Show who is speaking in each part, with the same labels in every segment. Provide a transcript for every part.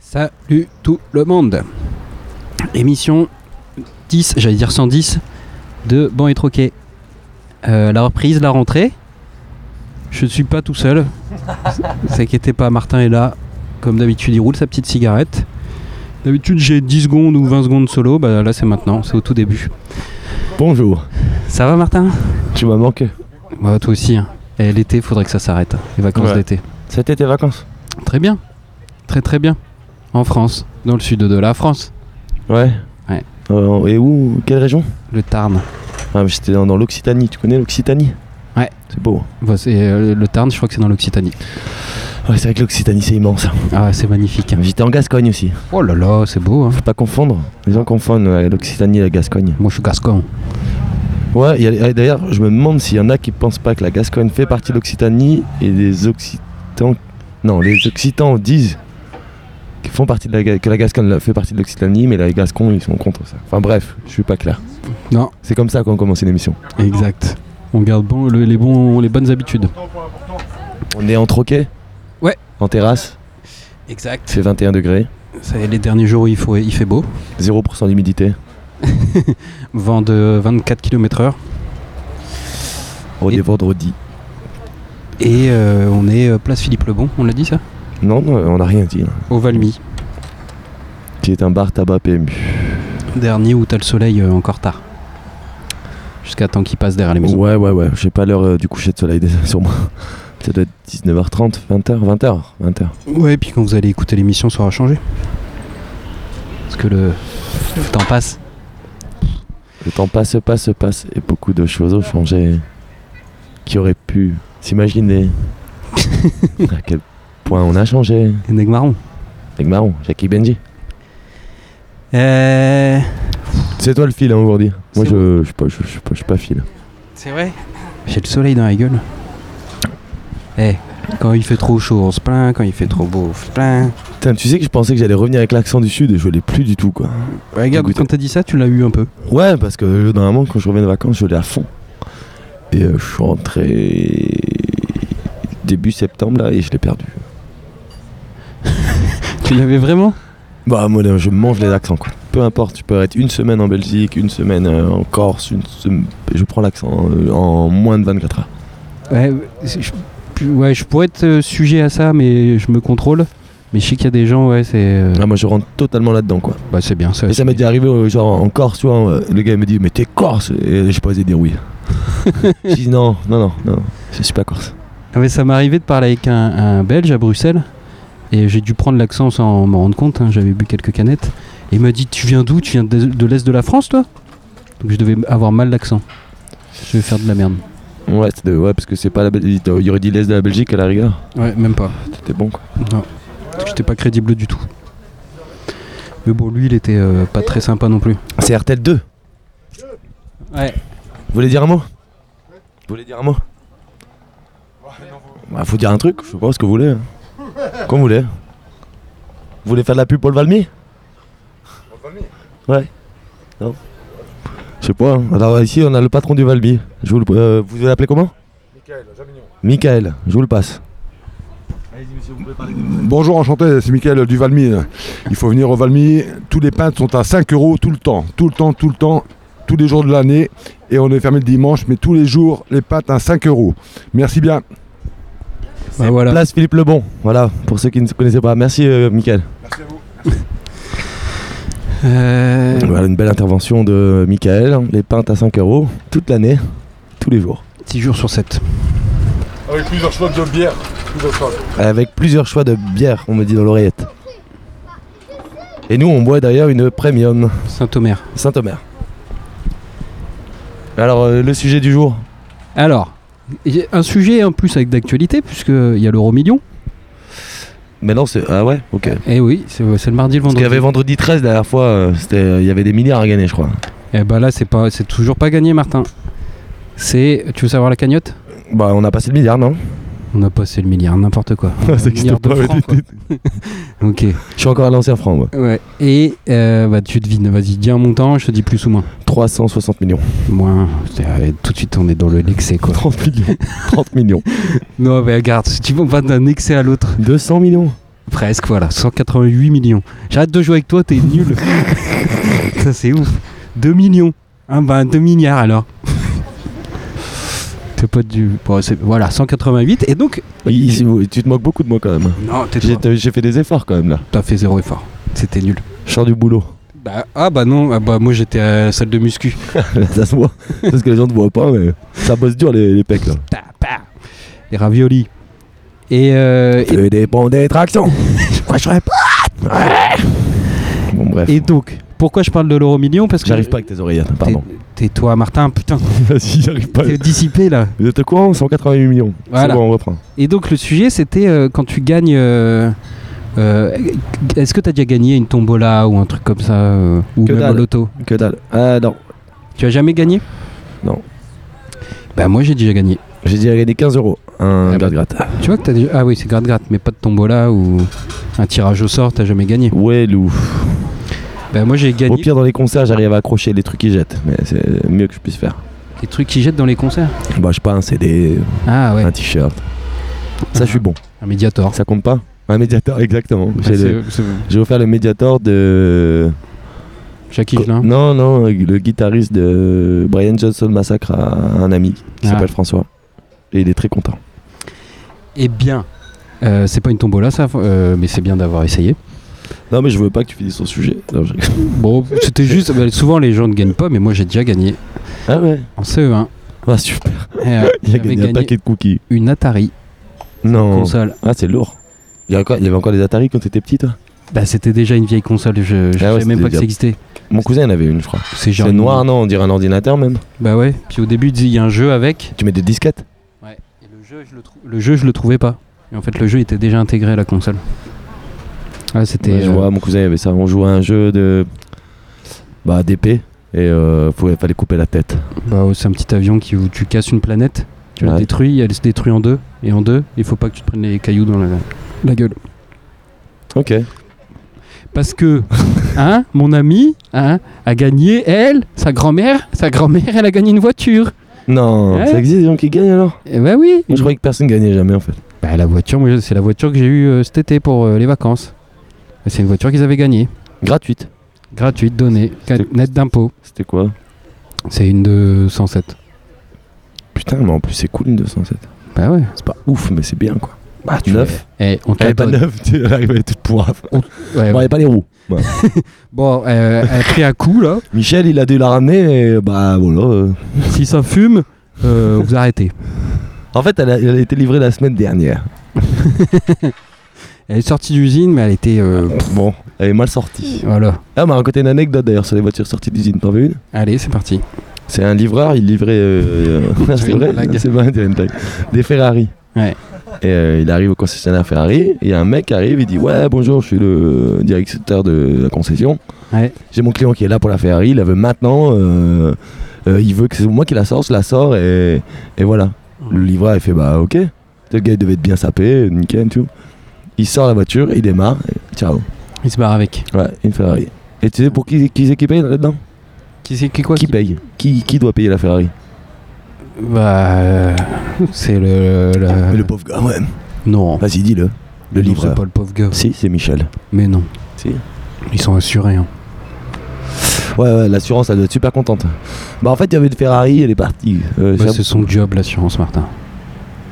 Speaker 1: Salut tout le monde. Émission 10, j'allais dire 110 de Ban et Troquet. Euh, la reprise, la rentrée. Je ne suis pas tout seul. Ne s'inquiétez pas, Martin est là. Comme d'habitude, il roule sa petite cigarette. D'habitude, j'ai 10 secondes ou 20 secondes solo. Bah, là, c'est maintenant, c'est au tout début.
Speaker 2: Bonjour,
Speaker 1: Ça va, Martin
Speaker 2: tu m'as manqué.
Speaker 1: Bah, Toi aussi. hein. Et l'été, faudrait que ça s'arrête. hein, Les vacances
Speaker 2: Ouais.
Speaker 1: d'été.
Speaker 2: C'était tes vacances
Speaker 1: Très bien. Très, très bien. En France, dans le sud de la France,
Speaker 2: Ouais.
Speaker 1: Ouais.
Speaker 2: Euh, et où Quelle région
Speaker 1: le Tarn.
Speaker 2: ah, mais J'étais dans, dans l'Occitanie, tu connais l'Occitanie
Speaker 1: Ouais.
Speaker 2: C'est beau.
Speaker 1: Bah, c'est, euh, le Tarn, je crois que c'est dans l'Occitanie.
Speaker 2: Ouais, c'est vrai que l'Occitanie c'est immense. hein.
Speaker 1: Ah, ouais, c'est magnifique.
Speaker 2: J'étais en Gascogne aussi.
Speaker 1: Oh là là, c'est beau. hein.
Speaker 2: Faut pas confondre, les gens confondent euh, l'Occitanie et la Gascogne.
Speaker 1: Moi, je suis gascon.
Speaker 2: Ouais, il y a- et d'ailleurs, je me demande s'il y en a qui pensent pas que la Gascogne fait partie de l'Occitanie et les Occitans. Non, les Occitans disent qu'ils font partie de la, Ga- que la Gascogne là, fait partie de l'Occitanie, mais les Gascons ils sont contre ça. Enfin bref, je suis pas clair.
Speaker 1: Non.
Speaker 2: C'est comme ça qu'on commence une émission.
Speaker 1: Exact. On garde bon, le- les, bons, les bonnes habitudes.
Speaker 2: On est en troquet
Speaker 1: Ouais.
Speaker 2: En terrasse,
Speaker 1: Exact.
Speaker 2: c'est 21 degrés,
Speaker 1: C'est les derniers jours où il, faut, il fait beau.
Speaker 2: 0% d'humidité.
Speaker 1: Vent de 24 km/h.
Speaker 2: On
Speaker 1: Et-
Speaker 2: est vendredi.
Speaker 1: Et euh, on est euh, place Philippe-Lebon, on l'a dit ça
Speaker 2: Non, non, on n'a rien dit. là.
Speaker 1: Au Valmy.
Speaker 2: Qui est un bar tabac PMU.
Speaker 1: Dernier où t'as le soleil euh, encore tard. Jusqu'à temps qu'il passe derrière les maisons.
Speaker 2: Ouais, ouais, ouais. J'ai pas l'heure euh, du coucher de soleil déjà sur moi. Ça doit être 19h30, 20h, 20h, 20h.
Speaker 1: Ouais, et puis quand vous allez écouter l'émission, ça aura changé. Parce que le temps passe.
Speaker 2: Le temps passe, passe, passe. Et beaucoup de choses ont changé. Qui auraient pu s'imaginer à quel point on a changé.
Speaker 1: Et Neg marron.
Speaker 2: Avec Marron, Jackie Benji.
Speaker 1: Euh,
Speaker 2: C'est toi le fil hein, aujourd'hui. Moi
Speaker 1: C'est
Speaker 2: je, je, suis pas- je, je suis pas- je suis pas fil.
Speaker 1: C'est vrai J'ai le soleil dans la gueule. Eh, quand il fait trop chaud, on se plaint. Quand il fait trop beau, on se plaint.
Speaker 2: Putain, tu sais que je pensais que j'allais revenir avec l'accent du sud et je l'ai plus du tout quoi.
Speaker 1: regarde,
Speaker 2: Écoute-
Speaker 1: quand t'as dit ça, tu l'as eu un peu.
Speaker 2: Ouais, parce que euh, normalement quand je reviens de vacances, je l'ai à fond. Et euh, je suis rentré début septembre là et je l'ai perdu.
Speaker 1: Tu l'avais vraiment
Speaker 2: Bah moi là, je mange les accents quoi. Peu importe, tu peux être une semaine en Belgique, une semaine euh, en Corse, une sem- je prends l'accent euh, en moins de 24 heures.
Speaker 1: Ouais, c'est- je, puis- ouais, je pourrais être euh, sujet à ça, mais je me contrôle. Mais je sais qu'il y a des gens, ouais, c'est. euh,
Speaker 2: Là Ah, moi je rentre totalement là-dedans quoi.
Speaker 1: bah, c'est bien ça.
Speaker 2: Et ça m'est déjà arrivé euh, genre en Corse, tu vois, euh, le gars il me dit mais t'es Corse et j'ai pas osé dire oui. je dis non, non, non, non, je suis pas Corse.
Speaker 1: Ah, mais ça m'est arrivé de parler avec un, un Belge à Bruxelles. Et j'ai dû prendre l'accent sans m'en rendre compte. hein, J'avais bu quelques canettes. Et il m'a dit Tu viens d'où Tu viens de, de l'Est de la France, toi Donc je devais avoir mal l'accent. Je vais faire de la merde.
Speaker 2: Ouais, c'est de- ouais parce que c'est pas la Belgique, il aurait dit l'Est de la Belgique à la rigueur.
Speaker 1: Ouais, même pas.
Speaker 2: C'était bon quoi.
Speaker 1: Non, j'étais pas crédible du tout. Mais bon, lui, il était euh, pas très sympa non plus.
Speaker 2: C'est RTL 2. Vous
Speaker 1: Ouais.
Speaker 2: voulez dire un mot Vous voulez dire un mot Bah, faut dire un truc, je sais pas ce que vous voulez. hein. Comme vous voulez. Vous voulez faire de la pub pour le Valmy Ouais. Non Je sais pas. hein. Alors ici, on a le patron du Valmy. Je vous, le- euh, vous l'appelez comment
Speaker 3: Michael, Jamignon.
Speaker 2: Michael, je vous le passe.
Speaker 3: Bonjour, enchanté, c'est Michael du Valmy. Il faut venir au Valmy. Tous les peintres sont à 5 euros tout le temps, tout le temps, tout le temps, tous les jours de l'année. Et on est fermé le dimanche, mais tous les jours, les pâtes à 5 euros. Merci bien.
Speaker 1: Bah, voilà.
Speaker 2: Place Philippe Lebon. Voilà, pour ceux qui ne se connaissaient pas. Merci euh, Michael.
Speaker 3: Merci à vous.
Speaker 1: Euh,
Speaker 2: Voilà une belle intervention de Michael. Les pintes à 5 euros, toute l'année, tous les jours.
Speaker 1: 6 jours sur 7.
Speaker 3: Avec Ah plusieurs choix de bière. Plusieurs choix.
Speaker 2: Avec plusieurs choix de bière, on me dit dans l'oreillette. Et nous, on boit d'ailleurs une premium
Speaker 1: Saint-Omer.
Speaker 2: Saint-Omer. Alors, euh, le sujet du jour
Speaker 1: Alors, il y a un sujet en plus avec d'actualité, puisqu'il y a l'euro million.
Speaker 2: Mais non, c'est. Ah ouais Ok.
Speaker 1: Eh oui, c'est c'est le mardi, le
Speaker 2: Parce
Speaker 1: vendredi.
Speaker 2: qu'il y avait vendredi 13 la dernière fois, euh, c'était, euh, il y avait des milliards à gagner, je crois.
Speaker 1: Eh bah là, c'est pas, c'est toujours pas gagné, Martin. C'est, tu veux savoir la cagnotte
Speaker 2: Bah, on a passé le milliard, non
Speaker 1: On a passé le milliard, n'importe quoi.
Speaker 2: Ça
Speaker 1: Un
Speaker 2: existe
Speaker 1: milliard de
Speaker 2: pas, ouais.
Speaker 1: francs, quoi. ok.
Speaker 2: Je suis encore à l'ancien franc, moi.
Speaker 1: Ouais. Et euh, bah tu devines. Vas-y, dis un montant, je te dis plus ou moins.
Speaker 2: 360 millions.
Speaker 1: Moins. C'est- euh, Tout de suite, on est dans le l'excès quoi.
Speaker 2: 30 millions. 30 millions.
Speaker 1: Non, mais regarde, si tu vas pas d'un excès à l'autre,
Speaker 2: 200 millions.
Speaker 1: Presque, voilà, 188 millions. J'arrête de jouer avec toi, t'es nul. Ça, c'est ouf. 2 millions. Ah bah, 2 milliards alors. C'est pas du. bon, c'est- voilà, 188. Et donc.
Speaker 2: Il- il- tu te moques beaucoup de moi quand même.
Speaker 1: Non, t'es
Speaker 2: J'ai t'as- j'ai fait des efforts quand même là.
Speaker 1: T'as fait zéro effort. C'était nul.
Speaker 2: Je sors du boulot.
Speaker 1: Bah, ah bah non, ah bah moi j'étais à la salle de muscu.
Speaker 2: ça se voit. Parce que les gens ne voient pas, mais ça bosse dur les, les pecs là.
Speaker 1: Ta, pa. Les raviolis. Et, euh, et-
Speaker 2: Et des bons des tractions. Moi, je serais pas. Bon, bref.
Speaker 1: et, donc, pourquoi je parle de l'euro million Parce que.
Speaker 2: J'arrive pas avec tes oreillettes, pardon.
Speaker 1: T'es toi, Martin, putain,
Speaker 2: Vas-y, j'arrive pas.
Speaker 1: t'es dissipé là.
Speaker 2: Vous êtes au courant 188 millions.
Speaker 1: Voilà.
Speaker 2: C'est bon, on reprend.
Speaker 1: Et donc le sujet c'était euh, quand tu gagnes. euh, euh, Est-ce que t'as déjà gagné une tombola ou un truc comme ça euh, Ou
Speaker 2: Que
Speaker 1: même un
Speaker 2: dalle.
Speaker 1: loto
Speaker 2: Que dalle. Ah non.
Speaker 1: Tu as jamais gagné
Speaker 2: Non.
Speaker 1: Bah moi j'ai déjà gagné.
Speaker 2: J'ai dit à gagner 15 euros. Un
Speaker 1: Ah bah.
Speaker 2: gratte-gratte.
Speaker 1: Tu vois que t'as déjà. Ah oui, c'est gratte-gratte, mais pas de tombola ou un tirage au sort, t'as jamais gagné.
Speaker 2: Ouais, loup.
Speaker 1: Bah moi j'ai
Speaker 2: Au
Speaker 1: gagné
Speaker 2: pire, dans les concerts, j'arrive à accrocher les trucs qu'ils jettent. Mais c'est mieux que je puisse faire.
Speaker 1: les trucs qui jettent dans les concerts.
Speaker 2: Bah, je sais pas, un CD,
Speaker 1: Ah ouais,
Speaker 2: un t-shirt. Ça, je suis bon.
Speaker 1: un médiator. Bah,
Speaker 2: Ça compte pas Un médiator, exactement. J'ai le- J'ai offert le médiator de.
Speaker 1: Jackie
Speaker 2: Co-
Speaker 1: Gelin.
Speaker 2: Non, non, le guitariste de Brian Johnson Massacre à un ami
Speaker 1: Ah.
Speaker 2: qui s'appelle François. Et il est très content.
Speaker 1: Eh bien, euh, c'est pas une tombola ça, euh, mais c'est bien d'avoir essayé.
Speaker 2: Non, mais je veux pas que tu finisses ton sujet. Non, je-
Speaker 1: Bon, c'était juste. bah, souvent les gens ne gagnent pas, mais moi j'ai déjà gagné
Speaker 2: Ah ouais
Speaker 1: en E CE1.
Speaker 2: Ah, super.
Speaker 1: Et, euh,
Speaker 2: Il a
Speaker 1: j'avais
Speaker 2: gagné, un paquet de cookies.
Speaker 1: une Atari
Speaker 2: Non.
Speaker 1: console.
Speaker 2: Ah, c'est lourd. Il y, a encore- il y avait encore des Atari quand t'étais petit, toi
Speaker 1: Bah, c'était déjà une vieille console, je, je
Speaker 2: Ah ouais,
Speaker 1: savais même
Speaker 2: c'était
Speaker 1: pas que ça
Speaker 2: déjà-
Speaker 1: existait.
Speaker 2: Mon cousin en avait une, je crois.
Speaker 1: C'est genre
Speaker 2: C'est
Speaker 1: une-
Speaker 2: noir, non On dirait un ordinateur même.
Speaker 1: Bah ouais, puis au début, il dit, il y a un jeu avec.
Speaker 2: Tu mets des disquettes
Speaker 1: Et le jeu, je le, trou- le jeu, je le trouvais pas. Et en fait, le jeu était déjà intégré à la console. Ah, c'était.
Speaker 2: Ouais, Je
Speaker 1: euh,
Speaker 2: vois, mon cousin il avait ça. On jouait à un jeu de. Bah, d'épée. Et euh, faut- fallait couper la tête.
Speaker 1: bah, c'est un petit avion qui, où tu casses une planète, tu la
Speaker 2: Ouais.
Speaker 1: détruis, elle se détruit en deux. Et en deux, il faut pas que tu te prennes les cailloux dans la, la gueule.
Speaker 2: Ok.
Speaker 1: Parce que, hein, mon ami, hein, a gagné, elle, sa grand-mère, sa grand-mère, elle a gagné une voiture.
Speaker 2: Non,
Speaker 1: Ouais.
Speaker 2: ça existe des gens qui gagnent alors
Speaker 1: Et bah oui,
Speaker 2: Moi, je croyais que personne gagnait jamais en fait.
Speaker 1: Bah, la voiture, moi, je- c'est la voiture que j'ai eue euh, cet été pour euh, les vacances. Et C'est une voiture qu'ils avaient gagnée,
Speaker 2: Gratuite.
Speaker 1: gratuite, donnée, ca-
Speaker 2: C'était-
Speaker 1: nette d'impôt.
Speaker 2: C'était quoi
Speaker 1: C'est une de 107.
Speaker 2: Putain, mais en plus, c'est cool une 207.
Speaker 1: Bah ouais.
Speaker 2: C'est pas ouf, mais c'est bien quoi.
Speaker 1: Bah,
Speaker 2: Neuf
Speaker 1: Eh, on
Speaker 2: Elle est pas
Speaker 1: tâtonne.
Speaker 2: neuve, tu- elle arrive à être toute pourrave.
Speaker 1: Ouais,
Speaker 2: Bon,
Speaker 1: ouais.
Speaker 2: elle est eh, pas les roues.
Speaker 1: Bon, euh, elle a pris un coup là.
Speaker 2: Michel, il a dû la ramener et bah voilà. euh.
Speaker 1: si ça fume, euh, vous arrêtez.
Speaker 2: En fait, elle a, elle a été livrée la semaine dernière.
Speaker 1: Elle est sortie d'usine, mais elle était. euh,
Speaker 2: Bon, elle est mal sortie.
Speaker 1: voilà.
Speaker 2: Ah, bah, à côté une anecdote d'ailleurs sur les voitures sorties d'usine, t'en veux une
Speaker 1: Allez, c'est parti.
Speaker 2: C'est un livreur, il livrait. euh, euh, c'est
Speaker 1: une
Speaker 2: vrai,
Speaker 1: blague.
Speaker 2: c'est vrai, c'est une blague. Des Ferrari.
Speaker 1: Ouais.
Speaker 2: Et euh, il arrive au concessionnaire Ferrari, et il y a un mec qui arrive, il dit Ouais, bonjour, je suis le directeur de la concession.
Speaker 1: Ouais.
Speaker 2: J'ai mon client qui est là pour la Ferrari, il la veut maintenant. euh, euh, il veut que c'est moi qui la sorte, je la sors, et, et voilà. Le livreur, il fait Bah, ok. Le gars, il devait être bien sapé, nickel, tout. Il sort la voiture, il démarre, et ciao.
Speaker 1: Il se barre avec.
Speaker 2: Ouais, une Ferrari. Et tu sais pour qui, qui, qui paye là-dedans
Speaker 1: Qui c'est qui quoi
Speaker 2: Qui
Speaker 1: qui-
Speaker 2: paye qui, qui doit payer la Ferrari
Speaker 1: Bah. euh, c'est le. le-
Speaker 2: Mais le pauvre gars, ouais.
Speaker 1: Non.
Speaker 2: Vas-y, dis-le. Euh, Le
Speaker 1: Non,
Speaker 2: livreur.
Speaker 1: C'est pas le pauvre gars.
Speaker 2: Si, c'est Michel.
Speaker 1: Mais non.
Speaker 2: Si.
Speaker 1: Ils sont assurés. hein.
Speaker 2: Ouais, ouais, l'assurance, elle doit être super contente. Bah, en fait, il y avait une Ferrari, elle est partie. Euh,
Speaker 1: Ouais,
Speaker 2: c'est-
Speaker 1: Bah, c'est son job l'assurance Martin.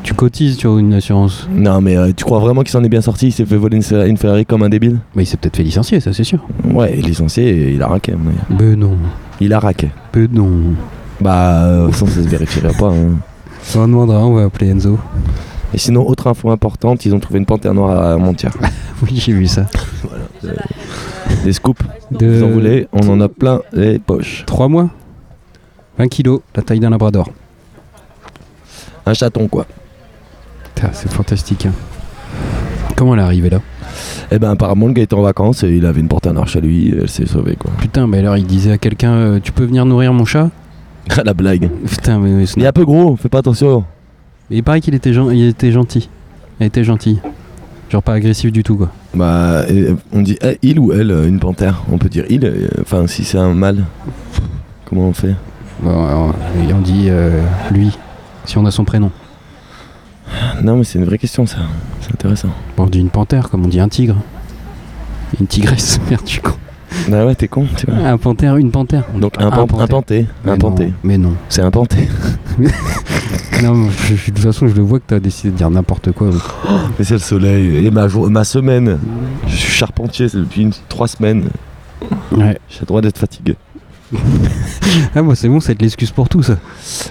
Speaker 1: Tu cotises sur une assurance.
Speaker 2: Non, mais euh, tu crois vraiment qu'il s'en est bien sorti Il s'est fait voler une, Fer- une Ferrari comme un débile
Speaker 1: Mais Bah, il s'est peut-être fait licencier, ça c'est sûr.
Speaker 2: Ouais, licencié, il a raqué. à mon avis.
Speaker 1: Mais non,
Speaker 2: Il a raqué.
Speaker 1: mais non.
Speaker 2: Bah, euh, ça, ça se vérifierait pas. hein.
Speaker 1: On demandera, on va appeler Enzo.
Speaker 2: Et sinon, autre info importante, ils ont trouvé une panthère noire à Montière.
Speaker 1: Oui, j'ai vu ça.
Speaker 2: Des scoops,
Speaker 1: De
Speaker 2: vous en voulez On en a plein les poches.
Speaker 1: 3 mois 20 kilos, la taille d'un labrador.
Speaker 2: Un chaton, quoi.
Speaker 1: Putain, C'est fantastique. hein. Comment elle est arrivée là
Speaker 2: Et ben, apparemment, le gars était en vacances et il avait une panthère noire chez lui, et elle s'est sauvée, quoi.
Speaker 1: Putain, mais alors il disait à quelqu'un euh, Tu peux venir nourrir mon chat
Speaker 2: la blague.
Speaker 1: Putain, mais. mais c'est-
Speaker 2: Il est un peu gros, fais pas attention.
Speaker 1: Mais il paraît qu'il était, gen- il était gentil. Elle était gentille. Genre pas agressif du tout quoi.
Speaker 2: Bah, euh, on dit eh, il ou elle, euh, une panthère. On peut dire il, euh, enfin, si c'est un mâle. Comment on fait
Speaker 1: Bon, alors, on dit euh, lui, si on a son prénom.
Speaker 2: Non, mais c'est une vraie question, ça. C'est intéressant.
Speaker 1: On dit une panthère comme on dit un tigre. Une tigresse, merde, tu con.
Speaker 2: Ah ouais, t'es con, tu vois.
Speaker 1: Un panthère, une panthère. On
Speaker 2: Donc
Speaker 1: dit
Speaker 2: un,
Speaker 1: pas
Speaker 2: pan- un panthé.
Speaker 1: Mais
Speaker 2: Un
Speaker 1: non,
Speaker 2: panthé.
Speaker 1: Mais non.
Speaker 2: C'est un panthé.
Speaker 1: Non, mais je- je- de toute façon, je le vois que t'as décidé de dire n'importe quoi. donc.
Speaker 2: Mais c'est le soleil. Et ma, jour- ma semaine. Je suis charpentier c'est depuis une, trois semaines. J'ai le droit d'être fatigué.
Speaker 1: Ah, moi, c'est bon, c'est de l'excuse pour tout ça.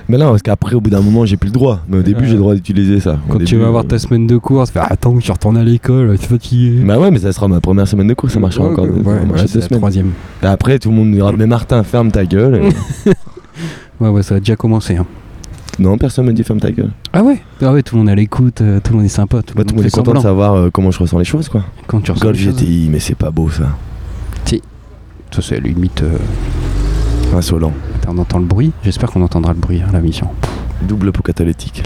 Speaker 2: Mais non, parce qu'après, au bout d'un moment, j'ai plus le droit. Mais au début,
Speaker 1: Ouais.
Speaker 2: j'ai le droit d'utiliser ça. Au
Speaker 1: Quand tu
Speaker 2: début,
Speaker 1: vas avoir
Speaker 2: euh,
Speaker 1: ta semaine de cours, tu fais Attends, je suis retourné à l'école, je suis fatigué.
Speaker 2: Bah ouais, mais ça sera ma première semaine de cours, ça marchera
Speaker 1: Ouais,
Speaker 2: encore.
Speaker 1: ouais,
Speaker 2: ça va
Speaker 1: ouais,
Speaker 2: marcher
Speaker 1: ouais,
Speaker 2: deux
Speaker 1: c'est la
Speaker 2: semaines.
Speaker 1: troisième.
Speaker 2: Et Bah, après, tout le monde me
Speaker 1: Mm.
Speaker 2: dira Mais Martin, ferme ta gueule. Et-
Speaker 1: Ouais, ouais, ça a déjà commencé. hein.
Speaker 2: non, personne me dit ferme ta gueule.
Speaker 1: Ah ouais Ah ouais, tout le monde est à l'écoute, euh, tout le monde est sympa, tout
Speaker 2: Bah,
Speaker 1: le
Speaker 2: tout le
Speaker 1: monde
Speaker 2: monde
Speaker 1: fait
Speaker 2: est content de
Speaker 1: semblant.
Speaker 2: savoir euh, comment je ressens les choses, quoi.
Speaker 1: Quand tu ressens
Speaker 2: Golf
Speaker 1: les choses.
Speaker 2: GTI, mais c'est pas beau ça.
Speaker 1: Ça, c'est à la limite, euh,
Speaker 2: Insolent.
Speaker 1: attends, on entend le bruit. J'espère qu'on entendra le bruit à la mission.
Speaker 2: Double pot catalytique.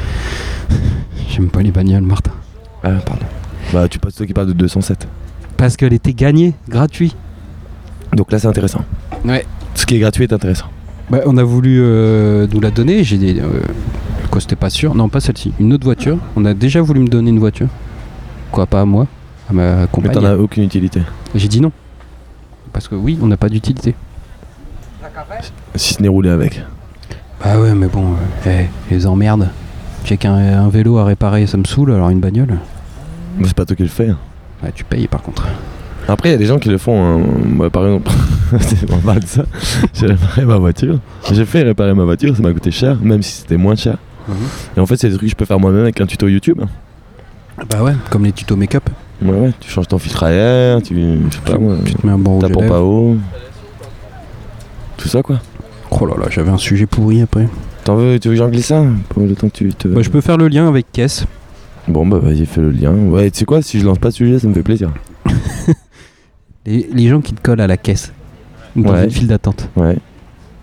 Speaker 1: J'aime pas les bagnoles, Martin.
Speaker 2: Ah, pardon. Bah, tu passes toi qui parles de 207.
Speaker 1: Parce qu'elle était gagnée, gratuit.
Speaker 2: Donc là, c'est intéressant.
Speaker 1: Ouais.
Speaker 2: Ce qui est gratuit est intéressant.
Speaker 1: Bah, on a voulu euh, nous la donner, j'ai dit. euh, quoi, c'était pas sûr Non, pas celle-ci, une autre voiture. On a déjà voulu me donner une voiture. Quoi, pas à moi, à ma
Speaker 2: Mais t'en
Speaker 1: compagne.
Speaker 2: as aucune utilité.
Speaker 1: J'ai dit non. Parce que oui, on n'a pas d'utilité.
Speaker 2: Si ce n'est rouler avec.
Speaker 1: Bah ouais, mais bon, euh, eh, les emmerdes. J'ai qu'un un vélo à réparer, ça me saoule, alors une bagnole.
Speaker 2: Mais c'est pas toi qui le fais. hein.
Speaker 1: Bah, tu payes par contre.
Speaker 2: Après, il y a des gens qui le font. hein. Moi, par exemple, c'est pas mal ça. J'ai réparé ma voiture. J'ai fait réparer ma voiture. Ça m'a coûté cher, même si c'était moins cher.
Speaker 1: Mhm.
Speaker 2: Et en fait, c'est des trucs que je peux faire moi-même avec un tuto YouTube.
Speaker 1: Bah ouais, comme les tutos make-up.
Speaker 2: Ouais, ouais. Tu changes ton filtre à air. Tu, je sais pas, moi,
Speaker 1: Tu te mets un bon rouge
Speaker 2: ta
Speaker 1: à
Speaker 2: pompe
Speaker 1: lèvres.
Speaker 2: à eau. Tout ça, quoi.
Speaker 1: Oh là là, j'avais un sujet pourri après.
Speaker 2: T'en veux, tu veux que j'en glisse un Pour le temps que tu te.
Speaker 1: Bah, je peux faire le lien avec Caisse.
Speaker 2: Bon, bah vas-y, fais le lien. Ouais, tu sais quoi, si je lance pas de sujet, ça me fait plaisir.
Speaker 1: Les, les gens qui te collent à la caisse. Ou Dans
Speaker 2: Ouais.
Speaker 1: une file d'attente.
Speaker 2: Ouais.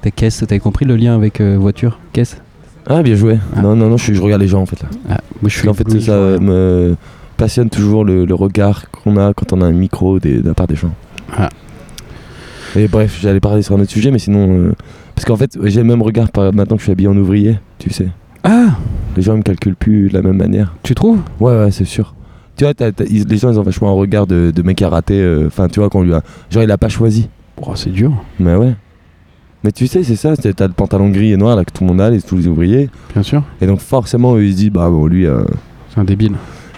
Speaker 1: Ta caisse, t'avais compris le lien avec euh, voiture Caisse
Speaker 2: Ah, bien joué.
Speaker 1: Ah.
Speaker 2: Non, non, non, je, suis- je regarde les gens en fait là.
Speaker 1: Ah, moi je suis.
Speaker 2: en fait,
Speaker 1: ébloui,
Speaker 2: ça
Speaker 1: je vois rien.
Speaker 2: me passionne toujours le, le regard qu'on a quand on a un micro des- de la part des gens.
Speaker 1: Ah.
Speaker 2: Et bref, j'allais parler sur un autre sujet, mais sinon. euh, parce qu'en fait, j'ai le même regard par- maintenant que je suis habillé en ouvrier, tu sais.
Speaker 1: Ah,
Speaker 2: Les gens ils me calculent plus de la même manière.
Speaker 1: tu trouves
Speaker 2: Ouais, ouais, c'est sûr. Tu vois, t'as- t'as- ils- les gens ils ont vachement un regard de, de mec à rater. euh, Enfin, tu vois, qu'on lui a. Genre, il a pas choisi.
Speaker 1: Oh, c'est dur.
Speaker 2: Mais ouais. Mais tu sais, c'est ça, c'est- t'as le pantalon gris et noir là que tout le monde a, les, tous les ouvriers.
Speaker 1: Bien sûr.
Speaker 2: Et donc forcément, eux, ils se disent, bah bon, lui, euh,
Speaker 1: C'est un débile.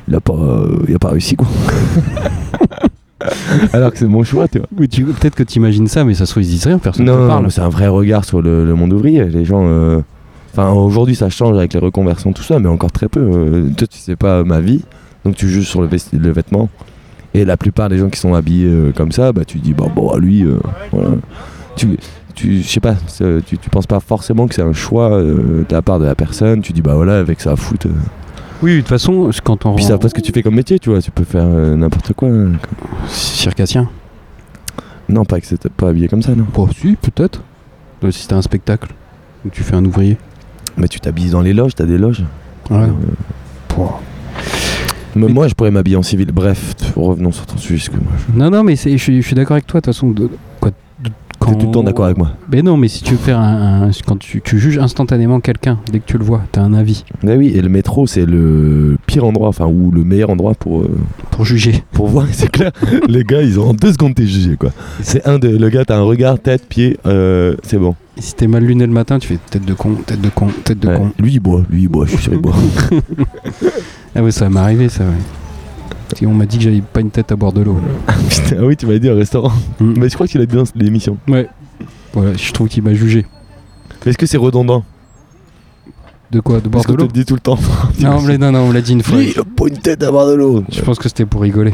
Speaker 2: il, a pas, euh, il a pas réussi quoi. Alors que c'est mon choix, tu vois.
Speaker 1: Oui, tu... peut-être que t'imagines ça, mais ça se trouve, ils disent rien, personne ne
Speaker 2: Non, non,
Speaker 1: parle.
Speaker 2: mais c'est un vrai regard sur le, le monde ouvrier. Les gens. euh, Enfin, aujourd'hui, ça change avec les reconversions, tout ça, mais encore très peu. Euh, toi, tu sais pas ma vie, donc tu juges sur le, vesti- le vêtement. Et la plupart des gens qui sont habillés euh, comme ça, bah tu dis, bah bon, lui, euh, voilà. Tu, tu, je sais pas, c'est- tu, tu penses pas forcément que c'est un choix euh, de la part de la personne. Tu dis, bah voilà, avec ça, foot.
Speaker 1: Oui, de toute façon, quand on.
Speaker 2: Puis ça pas ce que tu fais comme métier, tu vois. Tu peux faire euh, n'importe quoi. hein.
Speaker 1: Circassien.
Speaker 2: Non, pas que c'était pas habillé comme ça, non.
Speaker 1: Bon, si, peut-être. Euh, Si t'as un spectacle, ou tu fais un ouvrier.
Speaker 2: Mais tu t'habilles dans les loges, t'as des loges.
Speaker 1: Ouais.
Speaker 2: Mais moi, je pourrais m'habiller en civil. Bref, revenons sur ton sujet. excuse-moi.
Speaker 1: Non, non, mais c'est- je suis- je suis d'accord avec toi, de toute façon. de- quoi, de- quand-
Speaker 2: T'es tout le temps d'accord avec moi.
Speaker 1: Mais non, mais si tu veux faire un. un- quand tu, tu juges instantanément quelqu'un, dès que tu le vois, t'as un avis
Speaker 2: Bah oui, et le métro, c'est le pire endroit, enfin, ou le meilleur endroit pour, euh,
Speaker 1: pour juger.
Speaker 2: pour voir, c'est clair. les gars, ils ont en deux secondes, t'es jugé, quoi. C'est un de. Le gars, t'as un regard, tête, pied, euh, c'est bon.
Speaker 1: Et si t'es mal luné le matin, tu fais tête de con, tête de con, tête de
Speaker 2: Ouais.
Speaker 1: con.
Speaker 2: Lui, il boit, lui, il boit, je suis sûr, il boit.
Speaker 1: Ah ouais, ça m'est arrivé, ça, ouais. Et on m'a dit que j'avais pas une tête à boire de l'eau.
Speaker 2: Putain, ah oui, tu m'as dit au restaurant.
Speaker 1: Mm.
Speaker 2: Mais je crois qu'il a dit dans l'émission.
Speaker 1: Ouais. Voilà, je trouve qu'il m'a jugé.
Speaker 2: Mais Est-ce que c'est redondant
Speaker 1: De quoi De boire
Speaker 2: Parce
Speaker 1: de
Speaker 2: qu'on te
Speaker 1: l'eau
Speaker 2: le dit tout le temps.
Speaker 1: non, on me l'a- non, non, on me l'a dit une fois.
Speaker 2: Lui, il a pas une tête à boire de l'eau.
Speaker 1: Je pense que c'était pour rigoler.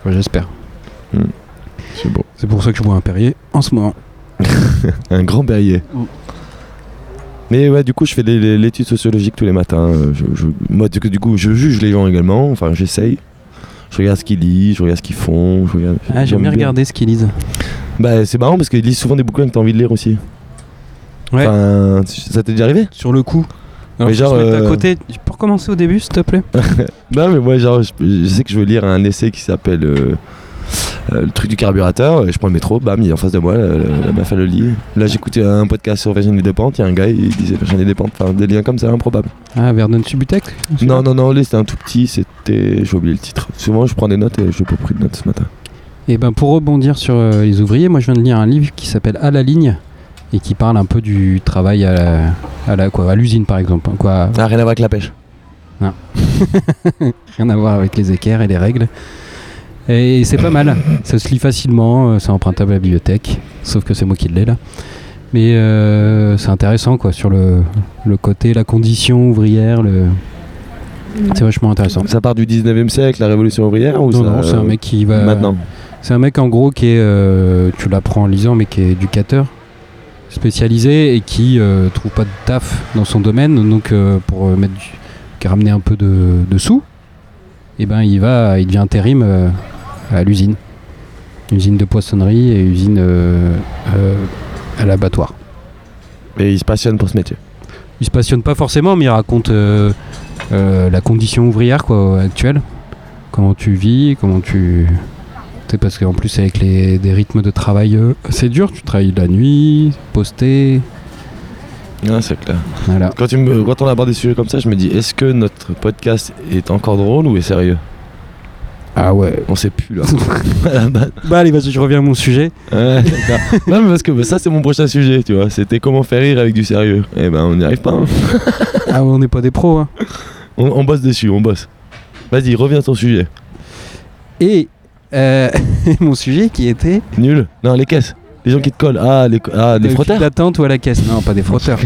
Speaker 1: Enfin, J'espère.
Speaker 2: Hmm. C'est bon.
Speaker 1: C'est pour ça que je bois un Perrier en ce moment.
Speaker 2: Un grand berrier.
Speaker 1: Mm.
Speaker 2: Mais ouais, du coup, je fais les- les- l'étude sociologique tous les matins. euh, Je, je- moi, du coup- du coup, je juge les gens également. Enfin, j'essaye. Je regarde ce qu'ils lisent, je regarde ce qu'ils font. Je regarde,
Speaker 1: Ah, j'aime bien regarder ce qu'ils lisent.
Speaker 2: Bah, c'est marrant parce qu'ils lisent souvent des bouquins que t'as envie de lire aussi.
Speaker 1: Ouais.
Speaker 2: Enfin, ça t'est déjà arrivé
Speaker 1: Sur le coup. Alors,
Speaker 2: Mais
Speaker 1: faut
Speaker 2: genre,
Speaker 1: se mettre à
Speaker 2: euh,
Speaker 1: côté. Tu peux recommencer au début, s'il te plaît
Speaker 2: Bah, Non, mais moi, genre, je, je sais que je veux lire un essai qui s'appelle. euh, euh, le truc du carburateur, et je prends le métro, bam, il est en face de moi, la, la- la meuf elle le lit. Là j'écoutais un podcast sur Virgin des Dépentes, il y a un gars, il disait Virgin des Dépentes, enfin des liens comme ça, improbables.
Speaker 1: Ah, Verdun Subutex
Speaker 2: Non, non, non, lui c'était un tout petit, c'était. J'ai oublié le titre. Souvent je prends des notes et je n'ai pas pris de notes ce matin.
Speaker 1: Et ben pour rebondir sur euh, les ouvriers, moi je viens de lire un livre qui s'appelle À la ligne et qui parle un peu du travail à la, à la- quoi à l'usine par exemple, hein, quoi,
Speaker 2: Ah, rien à voir avec la pêche.
Speaker 1: rien à voir avec les équerres et les règles. Et c'est pas mal, ça se lit facilement, euh, c'est empruntable à la bibliothèque, sauf que c'est moi qui l'ai là. Mais euh, c'est intéressant quoi sur le, le côté, la condition ouvrière, le... c'est vachement intéressant.
Speaker 2: Ça part du 19 e siècle, la révolution ouvrière ou
Speaker 1: Non,
Speaker 2: ça,
Speaker 1: non, c'est un
Speaker 2: euh,
Speaker 1: mec qui va.
Speaker 2: Maintenant.
Speaker 1: C'est un mec en gros qui est, euh, tu l'apprends en lisant, mais qui est éducateur spécialisé et qui euh, trouve pas de taf dans son domaine, donc euh, pour euh, mettre du- qui ramener un peu de, de sous, et ben il va, il devient intérim euh, à l'usine, usine de poissonnerie et usine euh, euh, à l'abattoir.
Speaker 2: Et il se passionne pour ce métier.
Speaker 1: Il se passionne pas forcément, mais il raconte euh, euh, la condition ouvrière quoi, actuelle. Comment tu vis, comment tu. C'est parce qu'en plus, avec les, des rythmes de travail, euh, c'est dur. Tu travailles la nuit, posté.
Speaker 2: Ah, c'est clair.
Speaker 1: Voilà.
Speaker 2: Quand, tu me- quand on aborde des sujets comme ça, je me dis est-ce que notre podcast est encore drôle ou est sérieux
Speaker 1: Ah ouais.
Speaker 2: On sait plus là. Ouais,
Speaker 1: Bah, allez, vas-y, je reviens à mon sujet.
Speaker 2: d'accord. non, mais parce que bah, ça, c'est mon prochain sujet, tu vois. C'était comment faire rire avec du sérieux. Eh ben, on n'y arrive pas. hein.
Speaker 1: Ah, on n'est pas des pros. Hein.
Speaker 2: On, on bosse dessus, on bosse. Vas-y, reviens à ton sujet.
Speaker 1: Et euh, mon sujet qui était.
Speaker 2: Nul Non, les caisses. Les gens qui te collent. Ah, les, co- ah, des
Speaker 1: euh,
Speaker 2: frotteurs
Speaker 1: file d'attente ou à la caisse. Non, pas des frotteurs.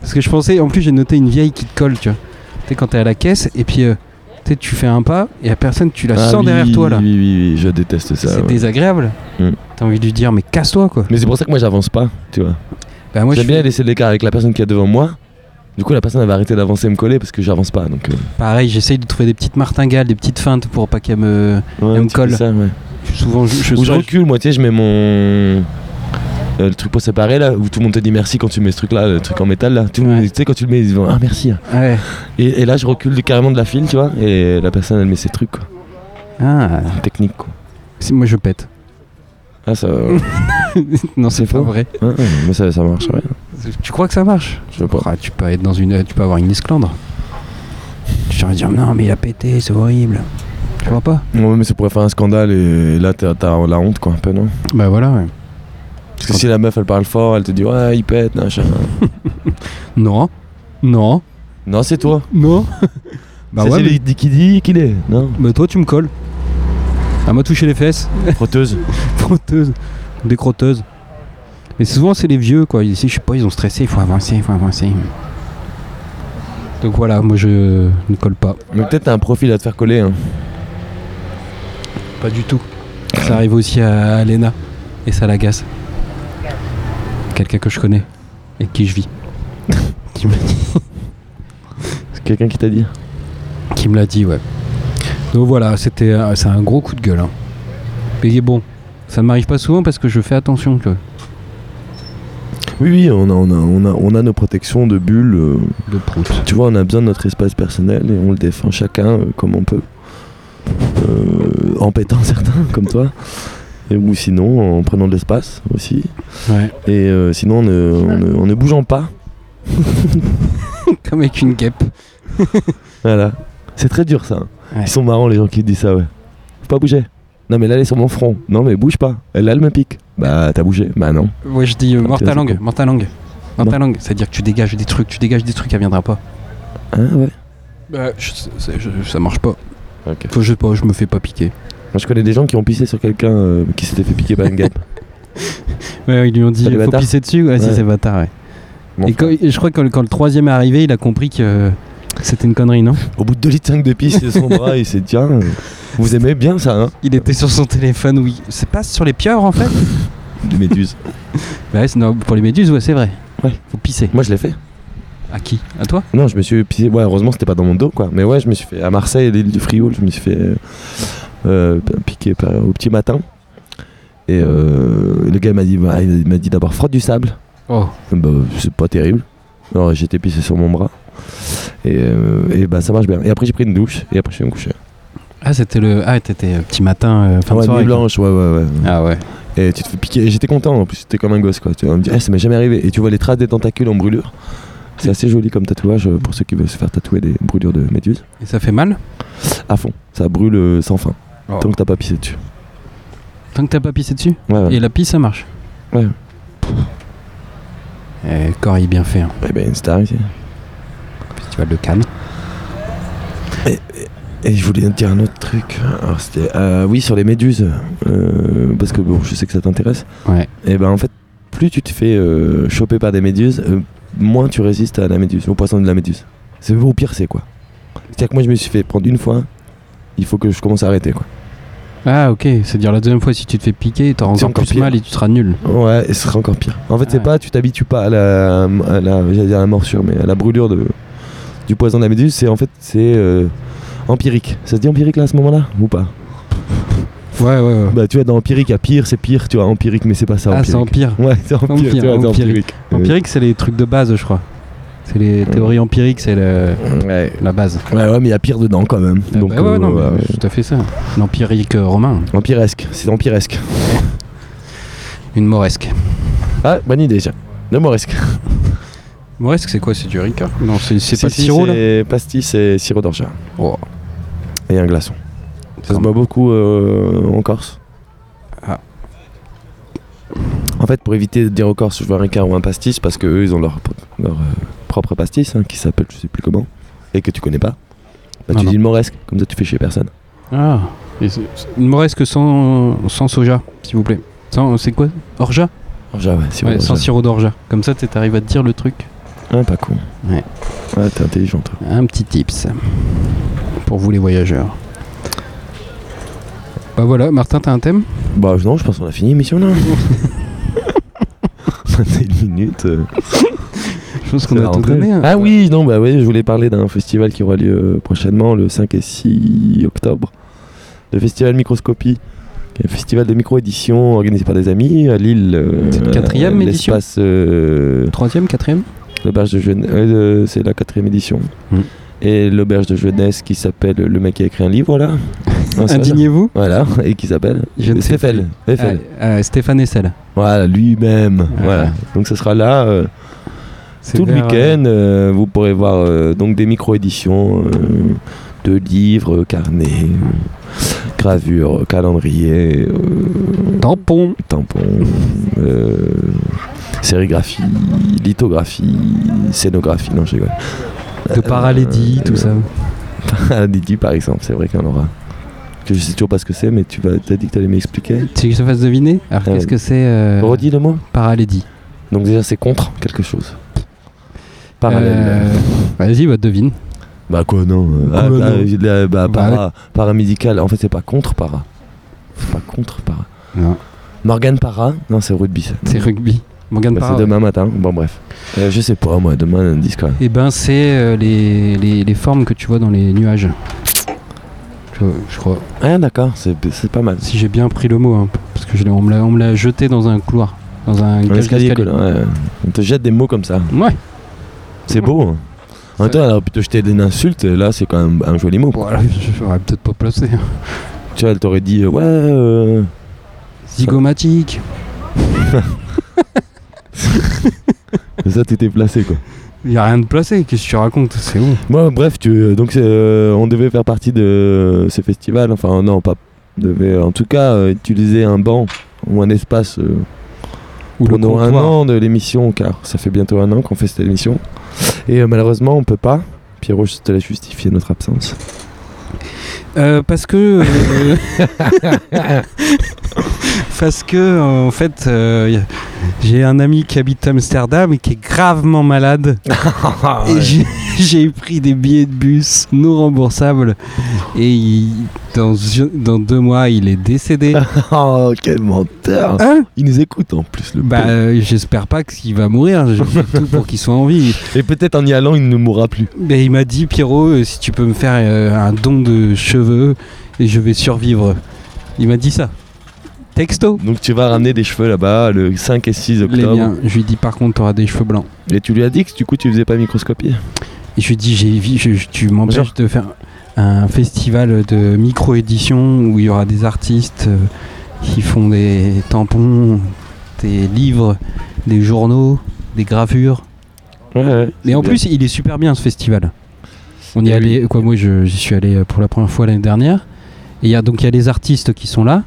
Speaker 1: parce que je pensais, en plus, j'ai noté une vieille qui te colle, tu vois. Tu sais, quand t'es à la caisse, et puis euh, tu sais, tu fais un pas, et la personne, tu la
Speaker 2: Ah,
Speaker 1: sens
Speaker 2: oui,
Speaker 1: derrière toi, là.
Speaker 2: Oui, oui, oui, je déteste ça.
Speaker 1: c'est
Speaker 2: ouais.
Speaker 1: désagréable.
Speaker 2: Mm.
Speaker 1: T'as envie de lui dire mais casse-toi quoi.
Speaker 2: Mais c'est pour ça que moi, j'avance pas, tu vois.
Speaker 1: Bah moi je
Speaker 2: J'aime bien
Speaker 1: suis
Speaker 2: laisser de l'écart avec la personne qui est devant moi. Du coup, la personne elle va arrêter d'avancer et me coller parce que j'avance pas. Donc, euh,
Speaker 1: pareil, j'essaye de trouver des petites martingales, des petites feintes pour pas qu'elle me.
Speaker 2: ouais,
Speaker 1: Elle me
Speaker 2: un petit peu
Speaker 1: colle.
Speaker 2: ça, ouais.
Speaker 1: je- Souvent je, je
Speaker 2: Ou je
Speaker 1: serais-
Speaker 2: recule, moi, tu sais, je mets mon. euh, le truc pour séparer là, où tout le monde te dit merci quand tu mets ce truc là, le truc en métal là. Tout le monde-
Speaker 1: Ouais.
Speaker 2: Tu sais, quand tu le mets, ils vont ah merci.
Speaker 1: Ouais.
Speaker 2: Et, et là, je recule carrément de la file, tu vois, et la personne elle met ses trucs quoi.
Speaker 1: Ah,
Speaker 2: Technique quoi.
Speaker 1: si, moi je pète.
Speaker 2: Ah, ça.
Speaker 1: non c'est
Speaker 2: C'est
Speaker 1: pas
Speaker 2: faux.
Speaker 1: vrai.
Speaker 2: Ouais, ouais, mais ça, ça marche, ouais.
Speaker 1: Tu crois que ça marche
Speaker 2: Je sais pas.
Speaker 1: Ah, Tu peux être dans une, tu peux avoir une esclandre. Tu vas dire non mais il a pété, c'est horrible. Tu vois pas
Speaker 2: Ouais, mais ça pourrait faire un scandale et là, t'as t'as la honte quoi, un peu, non
Speaker 1: Bah voilà. ouais.
Speaker 2: Parce que si la meuf elle parle fort, elle te dit ouais, il pète, machin.
Speaker 1: Non, non,
Speaker 2: Non, c'est toi.
Speaker 1: non. bah
Speaker 2: Ça,
Speaker 1: ouais.
Speaker 2: c'est
Speaker 1: Mais,
Speaker 2: lui qui- qui dit qu'il est. Non,
Speaker 1: mais toi tu me colles. À moi toucher les fesses.
Speaker 2: frotteuse.
Speaker 1: Frotteuses, des crotteuses. Mais souvent, c'est les vieux, quoi. Ici, je sais pas, ils ont stressé, il faut avancer, il faut avancer. Donc voilà, moi je ne colle pas.
Speaker 2: Mais peut-être t'as un profil à te faire coller. Hein.
Speaker 1: Pas du tout. Ça arrive aussi à Lena et ça l'agace. Quelqu'un que je connais et avec qui je vis. qui me,
Speaker 2: C'est quelqu'un qui t'a dit.
Speaker 1: qui me l'a dit, ouais. Donc voilà, c'était euh, c'est un gros coup de gueule. Hein. Mais bon, ça ne m'arrive pas souvent parce que je fais attention. Tu vois.
Speaker 2: Oui, oui, on a, on a, on a, on a nos protections de bulles. euh,
Speaker 1: De prout.
Speaker 2: tu vois, on a besoin de notre espace personnel et on le défend chacun euh, comme on peut. Euh, en pétant certains, comme toi. Et, ou sinon, en prenant de l'espace aussi.
Speaker 1: Ouais.
Speaker 2: Et euh, sinon, en ne, en ne- en ne bougeant pas.
Speaker 1: Comme avec une guêpe.
Speaker 2: Voilà. C'est très dur ça. hein.
Speaker 1: Ouais.
Speaker 2: Ils sont marrants les gens qui disent ça, ouais. Faut pas bouger. Non, mais là, elle est sur mon front. Non, mais bouge pas. Là, elle me pique. Bah, t'as bougé. Bah, non.
Speaker 1: Ouais, je dis euh, mort ta
Speaker 2: Intéressant.
Speaker 1: langue, mort ta langue, mort ta langue. C'est-à-dire que tu dégages des trucs, tu dégages des trucs, elle viendra pas.
Speaker 2: Ah, ouais.
Speaker 1: Bah, je- c'est- je- ça marche pas.
Speaker 2: Ok.
Speaker 1: Faut que je sais pas, je me fais pas piquer.
Speaker 2: Moi, je connais des gens qui ont pissé sur quelqu'un euh, qui s'était fait piquer par une guêpe.
Speaker 1: Ouais, ils lui ont dit
Speaker 2: Ça, les
Speaker 1: faut
Speaker 2: bâtards.
Speaker 1: pisser dessus, ouais, si
Speaker 2: Ouais.
Speaker 1: c'est bâtard, ouais.
Speaker 2: Mon
Speaker 1: et,
Speaker 2: frère.
Speaker 1: quand- et je crois que quand, quand le troisième est arrivé, il a compris que euh, c'était une connerie, non
Speaker 2: Au bout de 2 litres 5 de pisse, c'est son bras, il s'est dit Tiens, euh, vous aimez bien ça, hein
Speaker 1: Il était sur son téléphone, oui. C'est pas sur les pieuvres en fait
Speaker 2: Les méduses.
Speaker 1: Bah, ouais, c'est- non, pour les méduses, ouais, c'est vrai.
Speaker 2: Ouais.
Speaker 1: Faut pisser.
Speaker 2: Moi, je l'ai fait.
Speaker 1: À qui À toi
Speaker 2: Non, je me suis pissé. Ouais, heureusement, c'était pas dans mon dos, quoi. Mais ouais, je me suis fait. À Marseille, l'île du Frioul, je me suis fait euh, euh, piquer par- au petit matin. Et euh, le gars m'a dit, bah, il m'a dit d'abord frotte du sable.
Speaker 1: Oh.
Speaker 2: Bah, c'est pas terrible. Alors j'étais pissé sur mon bras. Et, euh, et bah ça marche bien. Et après j'ai pris une douche et après je suis me coucher.
Speaker 1: Ah, c'était le. Ah, t'étais euh, petit matin, euh, fin de
Speaker 2: ouais, nuit
Speaker 1: soirée. quoi.
Speaker 2: blanche, ouais, ouais, ouais.
Speaker 1: Ah ouais.
Speaker 2: Et tu te fais piquer. Et J'étais content en plus, t'es comme un gosse quoi. Tu vois, on me dit, Eh, ça m'est jamais arrivé. Et tu vois les traces des tentacules en brûlure. C'est assez joli comme tatouage euh, pour ceux qui veulent se faire tatouer des brûlures de méduses.
Speaker 1: Et ça fait mal
Speaker 2: À fond, ça brûle euh, sans fin.
Speaker 1: Oh.
Speaker 2: Tant que t'as pas pissé dessus.
Speaker 1: Tant que t'as pas pissé dessus
Speaker 2: Ouais, ouais.
Speaker 1: Et la pisse, ça marche
Speaker 2: Ouais.
Speaker 1: Eh, Corey, bien fait. Hein.
Speaker 2: Eh ben, une star ici.
Speaker 1: Festival de Cannes.
Speaker 2: Et je voulais dire un autre truc. Alors c'était euh, oui sur les méduses euh, parce que bon je sais que ça t'intéresse.
Speaker 1: Ouais.
Speaker 2: Et ben en fait plus tu te fais euh, choper par des méduses, euh, moins tu résistes à la méduse, au poisson de la méduse. C'est au pire c'est quoi. C'est-à-dire que moi je me suis fait prendre une fois. Il faut que je commence à arrêter quoi.
Speaker 1: Ah, ok. C'est-à-dire la deuxième fois, si tu te fais piquer, t'auras
Speaker 2: C'est
Speaker 1: encore
Speaker 2: encore
Speaker 1: plus
Speaker 2: pire.
Speaker 1: mal et tu seras nul.
Speaker 2: Ouais, et ce sera encore pire. En fait, c'est
Speaker 1: Ouais.
Speaker 2: pas, tu t'habitues pas à la, à la, j'allais dire à la morsure, mais à la brûlure de, du poison de la méduse. C'est en fait, c'est euh, empirique. Ça se dit empirique là à ce moment-là ou pas
Speaker 1: Ouais, ouais, ouais.
Speaker 2: Bah, tu vois, dans empirique à pire, c'est pire, tu vois, empirique, mais c'est pas ça.
Speaker 1: ah,
Speaker 2: empirique.
Speaker 1: c'est empire.
Speaker 2: Ouais, c'est empirique.
Speaker 1: Empire,
Speaker 2: tu vois, c'est
Speaker 1: empirique.
Speaker 2: Euh,
Speaker 1: Empirique, c'est les trucs de base, je crois. C'est les théories empiriques, c'est le-
Speaker 2: Ouais.
Speaker 1: la base.
Speaker 2: ouais, ouais, mais il y a pire dedans quand même.
Speaker 1: Ah
Speaker 2: Donc,
Speaker 1: bah ouais,
Speaker 2: euh,
Speaker 1: non, mais
Speaker 2: ouais, ouais.
Speaker 1: c'est tout à fait ça. L'empirique euh, romain,
Speaker 2: Empiresque, c'est empiresque.
Speaker 1: une moresque.
Speaker 2: Ah, bonne idée, tiens. Le moresque.
Speaker 1: Moresque, c'est quoi C'est du ricard Non, c'est c'est
Speaker 2: Si,
Speaker 1: pas le
Speaker 2: si,
Speaker 1: sirop là
Speaker 2: c'est Pastis et sirop d'orge.
Speaker 1: Oh.
Speaker 2: Et un glaçon. Ça se boit beaucoup euh, en Corse.
Speaker 1: Ah.
Speaker 2: En fait, pour éviter de dire aux Corse, je veux un Ricard ou un pastis, parce que eux, ils ont leur, pro- leur, euh, propre pastis, hein, qui s'appelle je sais plus comment, et que tu connais pas. Bah,
Speaker 1: Non,
Speaker 2: tu
Speaker 1: non.
Speaker 2: dis le moresque, comme ça tu fais chez personne.
Speaker 1: Ah, et c'est- c'est une moresque sans, sans soja, s'il vous plaît. Sans, c'est quoi Orgeat
Speaker 2: Orgeat, ouais, si on
Speaker 1: Ouais,
Speaker 2: mange
Speaker 1: sans
Speaker 2: ça.
Speaker 1: sirop d'orgeat. Comme ça, t'es- t'arrives à te dire le truc.
Speaker 2: Ouais, Ah, pas con.
Speaker 1: Ouais.
Speaker 2: Ouais, t'es intelligent, toi.
Speaker 1: Un petit tips pour vous les voyageurs. Bah voilà, Martin, t'as un thème
Speaker 2: Bah, non, je pense qu'on a fini l'émission là. 21 minutes. euh,
Speaker 1: Je pense
Speaker 2: c'est
Speaker 1: qu'on
Speaker 2: la
Speaker 1: a tout
Speaker 2: rentrée.
Speaker 1: donné. hein.
Speaker 2: Ah oui, non, bah oui, je voulais parler d'un festival qui aura lieu euh, prochainement, le 5 et 6 octobre. Le festival Microscopie, qui est un festival de micro-édition organisé par des amis à Lille. euh,
Speaker 1: C'est la quatrième
Speaker 2: à
Speaker 1: édition
Speaker 2: L'espace. euh,
Speaker 1: Troisième, quatrième
Speaker 2: L'auberge de jeunesse, euh, c'est la quatrième édition.
Speaker 1: Mm.
Speaker 2: Et l'auberge de jeunesse qui s'appelle le mec qui a écrit un livre là. Un seul.
Speaker 1: Indignez-vous.
Speaker 2: Voilà, et qui s'appelle
Speaker 1: Je ne sais
Speaker 2: Stéphel. Stéphel.
Speaker 1: Ah, euh, Stéphane Essel.
Speaker 2: Voilà, lui-même.
Speaker 1: Ah.
Speaker 2: Voilà. Donc ce sera là euh,
Speaker 1: C'est
Speaker 2: tout le
Speaker 1: vers,
Speaker 2: week-end. euh, vous pourrez voir euh, donc des micro-éditions euh, de livres, carnets, euh, gravures, calendriers, euh,
Speaker 1: euh, Tampon.
Speaker 2: tampons, euh, sérigraphie, lithographie, scénographie. Non, je rigole. Euh,
Speaker 1: De paralédie, tout ça.
Speaker 2: Didi, par exemple, c'est vrai qu'il y en aura. Que je sais toujours pas ce que c'est, mais tu vas, t'as dit que t'allais m'expliquer.
Speaker 1: Tu veux que je te fasse deviner Alors
Speaker 2: Euh,
Speaker 1: qu'est-ce que c'est euh,
Speaker 2: Redis le mot.
Speaker 1: Paralédie.
Speaker 2: Donc déjà, c'est contre quelque chose. Parallèle.
Speaker 1: Euh, Vas-y, bah, devine.
Speaker 2: Bah quoi non euh, ah,
Speaker 1: Quoi,
Speaker 2: bah,
Speaker 1: non
Speaker 2: il a- bah,
Speaker 1: Bah,
Speaker 2: para, paramédical. En fait c'est pas contre para. C'est pas contre para.
Speaker 1: Non,
Speaker 2: Morgan para. Non c'est rugby. ça.
Speaker 1: c'est rugby. Morgan
Speaker 2: Bah, c'est demain matin. Bon bref. Euh, je sais pas moi. Demain lundi quand même.
Speaker 1: Et ben c'est euh, les, les, les formes que tu vois dans les nuages. Je, je crois.
Speaker 2: Ah d'accord. C'est c'est pas mal.
Speaker 1: Si j'ai bien pris le mot, hein, parce que je l'ai- on me l'a- on me l'a jeté dans un couloir, dans un
Speaker 2: Un
Speaker 1: cage
Speaker 2: escalier,
Speaker 1: d'escalier.
Speaker 2: quoi, ouais. On te jette des mots comme ça.
Speaker 1: Ouais.
Speaker 2: C'est beau. hein. En même temps alors plutôt jeter des insultes. Là c'est quand même un joli mot.
Speaker 1: Voilà, je j'aurais peut-être pas hein. placé.
Speaker 2: Tu vois elle t'aurait dit euh, ouais. euh,
Speaker 1: Zygomatique.
Speaker 2: comme ça t'étais placé quoi.
Speaker 1: Il y a rien de placé. Qu'est-ce que tu racontes C'est où
Speaker 2: Moi, bref, tu, donc c'est, euh, on devait faire partie de ce festival. Enfin, non, pas devait. En tout cas, euh, utiliser un banc ou un espace euh,
Speaker 1: Ou
Speaker 2: pour nos un
Speaker 1: comptoir.
Speaker 2: an de l'émission, car ça fait bientôt un an qu'on fait cette émission. Et euh, malheureusement, on peut pas. Pierrot, je te laisse justifier notre absence.
Speaker 1: Euh, parce que. euh, parce que, euh, en fait, euh, y a- j'ai un ami qui habite Amsterdam et qui est gravement malade. Et j'ai- j'ai pris des billets de bus non remboursables. Et il- dans, dans deux mois, il est décédé.
Speaker 2: oh, quel menteur
Speaker 1: Hein
Speaker 2: Il nous écoute en plus, le
Speaker 1: Bah,
Speaker 2: pauvre.
Speaker 1: euh, j'espère pas qu'il va mourir. Je fais tout pour qu'il soit en vie.
Speaker 2: Et peut-être en y allant, il ne mourra plus.
Speaker 1: Mais Ben, il m'a dit, Pierrot, euh, si tu peux me faire euh, un don de cheveux, et je vais survivre. Il m'a dit ça. Texto.
Speaker 2: Donc tu vas ramener des cheveux là-bas le 5 et 6
Speaker 1: Les
Speaker 2: octobre.
Speaker 1: miens. Je lui dis, par contre, t'auras des cheveux blancs.
Speaker 2: Et tu lui as dit que du coup, tu faisais pas microscopie
Speaker 1: Et je lui dis, j'ai, vi- je- je- tu m'empêches
Speaker 2: Genre.
Speaker 1: de faire un festival de micro-édition où il y aura des artistes euh, qui font des tampons, des livres, des journaux, des gravures.
Speaker 2: Ouais, ouais,
Speaker 1: Et en
Speaker 2: c'est
Speaker 1: plus, il est super bien ce festival. On y est
Speaker 2: Eh oui.
Speaker 1: allé, quoi, moi je- j'y suis allé pour la première fois l'année dernière. Et il y a donc il y a les artistes qui sont là